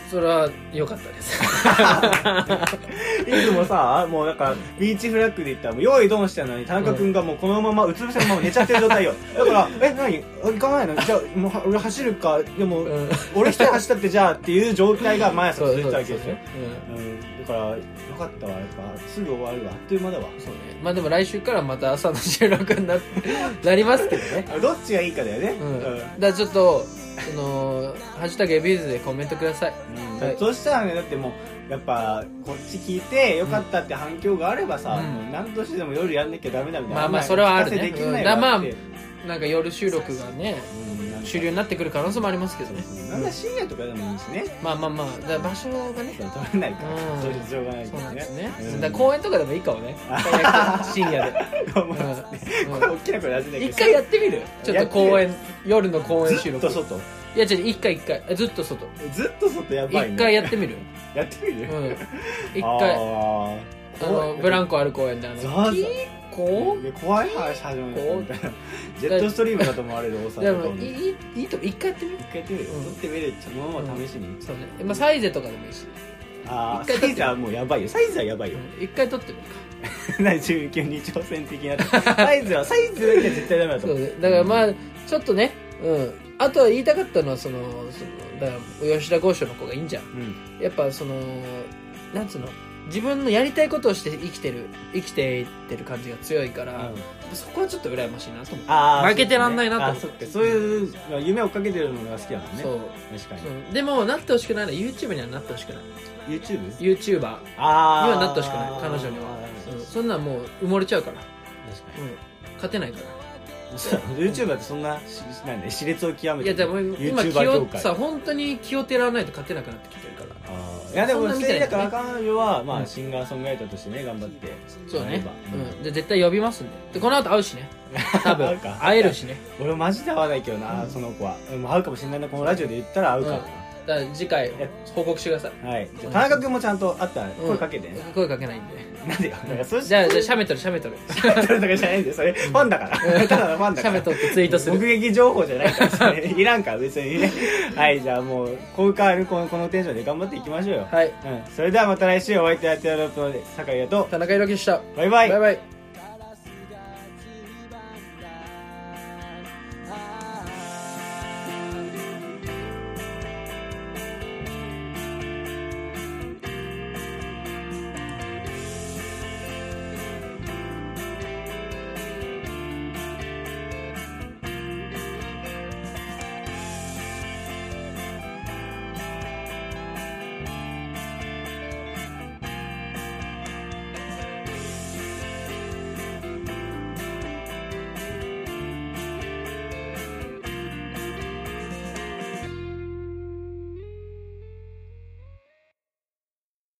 [SPEAKER 2] それは良かったです。
[SPEAKER 1] いつもさ、もうなんか、ビーチフラッグで言ったら、もう、用意ドンしたのに、田中くんがもうこのまま、うつ伏せのまま寝ちゃってる状態よ。だから、え、なに行かないのじゃあ、もうは、俺走るか、でも、
[SPEAKER 2] うん
[SPEAKER 1] 俺一人走ったってじゃあっていう状態が毎朝
[SPEAKER 2] そう
[SPEAKER 1] 続い
[SPEAKER 2] そ
[SPEAKER 1] てた
[SPEAKER 2] う
[SPEAKER 1] わ
[SPEAKER 2] そう
[SPEAKER 1] け
[SPEAKER 2] そう
[SPEAKER 1] でしょ。
[SPEAKER 2] うん
[SPEAKER 1] うん。だから、よかったわ。やっぱ、すぐ終わるわ。あっという間だわ。
[SPEAKER 2] そうね。まあでも来週からまた朝の収録にななりますけどね。
[SPEAKER 1] あどっちがいいかだよね。
[SPEAKER 2] うん。だからちょっと、その、ハッシュタグエビーズでコメントください。はい
[SPEAKER 1] そうしたらねだってもうやっぱこっち聞いてよかったって反響があればさ、
[SPEAKER 2] うん
[SPEAKER 1] もう何としてでも夜やんなきゃダメだみたいな
[SPEAKER 2] まあまあそれはあるね
[SPEAKER 1] お聞かせできない
[SPEAKER 2] うんだ
[SPEAKER 1] わ
[SPEAKER 2] まあ
[SPEAKER 1] って
[SPEAKER 2] なんか夜収録がね、
[SPEAKER 1] うんなんか
[SPEAKER 2] 主流になってくる可能性もありますけどね
[SPEAKER 1] なんだ深夜とかでもいいしね
[SPEAKER 2] まあまあまあだから場所がね
[SPEAKER 1] 取らないから
[SPEAKER 2] うん
[SPEAKER 1] そういうしょうがない
[SPEAKER 2] そうなんですね、
[SPEAKER 1] うん
[SPEAKER 2] だから公園とかでもいいかもね深夜で、
[SPEAKER 1] 思いますこれ大きな声出せな
[SPEAKER 2] う
[SPEAKER 1] い
[SPEAKER 2] ん、
[SPEAKER 1] け
[SPEAKER 2] 一
[SPEAKER 1] ど
[SPEAKER 2] 回やってみるちょっと公園夜の公園
[SPEAKER 1] ず
[SPEAKER 2] 収
[SPEAKER 1] っ
[SPEAKER 2] 録
[SPEAKER 1] と外
[SPEAKER 2] いや違う一回一回えずっと外
[SPEAKER 1] ずっと外やばいね
[SPEAKER 2] 一回やってみる、
[SPEAKER 1] やってみ
[SPEAKER 2] う
[SPEAKER 1] る
[SPEAKER 2] ん、一
[SPEAKER 1] あ
[SPEAKER 2] 回あ
[SPEAKER 1] ー
[SPEAKER 2] のブラン
[SPEAKER 1] コ
[SPEAKER 2] コある公園であの
[SPEAKER 1] ザーザー
[SPEAKER 2] キーコ
[SPEAKER 1] いや怖い話始まるみたいなジェットストリームだと思われる大
[SPEAKER 2] ーで
[SPEAKER 1] 阪とか
[SPEAKER 2] も
[SPEAKER 1] も
[SPEAKER 2] い
[SPEAKER 1] 一
[SPEAKER 2] いいいと一回やってみる
[SPEAKER 1] 回やってみる
[SPEAKER 2] うん
[SPEAKER 1] 撮ってみるそのまま試しに
[SPEAKER 2] そうねまあサイゼとかでもいいし
[SPEAKER 1] ああ
[SPEAKER 2] 一回撮
[SPEAKER 1] サ
[SPEAKER 2] って
[SPEAKER 1] イズはもうやばいよサイズはやばいよ
[SPEAKER 2] うん一回撮ってみるか
[SPEAKER 1] 何急に挑戦的 なサイズはサイズだけは絶対ダメだと思
[SPEAKER 2] そう
[SPEAKER 1] う
[SPEAKER 2] ねだからまあちょっとねうんあとは言いたかったのはそのそのだから吉田豪昌の子がいいんじゃん
[SPEAKER 1] うん
[SPEAKER 2] やっぱそのなんつうの自分のやりたいことをして生きてる生きていってる感じが強いから、そこはちょっと羨ましいなと思う
[SPEAKER 1] あー
[SPEAKER 2] 負けてらんないなと
[SPEAKER 1] あ
[SPEAKER 2] 思って
[SPEAKER 1] そっかそういうの夢を追っかけてるのが好きだもんね
[SPEAKER 2] そう
[SPEAKER 1] 確かに
[SPEAKER 2] そうでもなってほしくないのは YouTube にはなってほしくない
[SPEAKER 1] YouTube?
[SPEAKER 2] YouTuber には
[SPEAKER 1] ああ
[SPEAKER 2] なってほしくない彼女には、うんそんなんもう埋もれちゃうから、
[SPEAKER 1] 確か
[SPEAKER 2] うん、勝てないから
[SPEAKER 1] にそう YouTuber ってそんなしなんで熾烈を極め
[SPEAKER 2] い
[SPEAKER 1] て
[SPEAKER 2] や
[SPEAKER 1] る
[SPEAKER 2] でも今
[SPEAKER 1] YouTuber
[SPEAKER 2] 気
[SPEAKER 1] 業
[SPEAKER 2] を
[SPEAKER 1] 界
[SPEAKER 2] さ本当に気をてらわないと勝てなくなってきてるから
[SPEAKER 1] あーいやでも
[SPEAKER 2] そんな
[SPEAKER 1] 普
[SPEAKER 2] み
[SPEAKER 1] 通
[SPEAKER 2] た
[SPEAKER 1] に
[SPEAKER 2] いな
[SPEAKER 1] だから彼女はま
[SPEAKER 2] う
[SPEAKER 1] あ
[SPEAKER 2] ん
[SPEAKER 1] シンガーソングライターとしてね頑張って
[SPEAKER 2] そうだ
[SPEAKER 1] やれ
[SPEAKER 2] ね
[SPEAKER 1] ば、
[SPEAKER 2] うん、で絶対呼びますんででこの後会うしね
[SPEAKER 1] 会
[SPEAKER 2] 多
[SPEAKER 1] う
[SPEAKER 2] 分
[SPEAKER 1] か
[SPEAKER 2] 会えるしね
[SPEAKER 1] 俺マジで合わないけどな、
[SPEAKER 2] うん
[SPEAKER 1] その子はもう会うかもしれないなこのラジオで言ったら会うから、
[SPEAKER 2] だから次回報告してください
[SPEAKER 1] はいじゃあ田中君もちゃんと会ったら声かけてね、
[SPEAKER 2] 声かけないんで
[SPEAKER 1] なんでよなんかそうし
[SPEAKER 2] じゃあじゃあしゃべっとるしゃべっとる
[SPEAKER 1] ゃべってるとかじゃないんでそれファンだからただのファンだ
[SPEAKER 2] し
[SPEAKER 1] から
[SPEAKER 2] ゃべっとってツイートす
[SPEAKER 1] 目
[SPEAKER 2] る
[SPEAKER 1] 撃情報じゃないからそれいらんから別にねはいじゃあもう今回このこのテンションで頑張っていきましょうよ、
[SPEAKER 2] はい
[SPEAKER 1] うん、それではまた来週お相手はティアドロップの酒井だと
[SPEAKER 2] 田中裕樹でした
[SPEAKER 1] バイバイ
[SPEAKER 2] バイバイ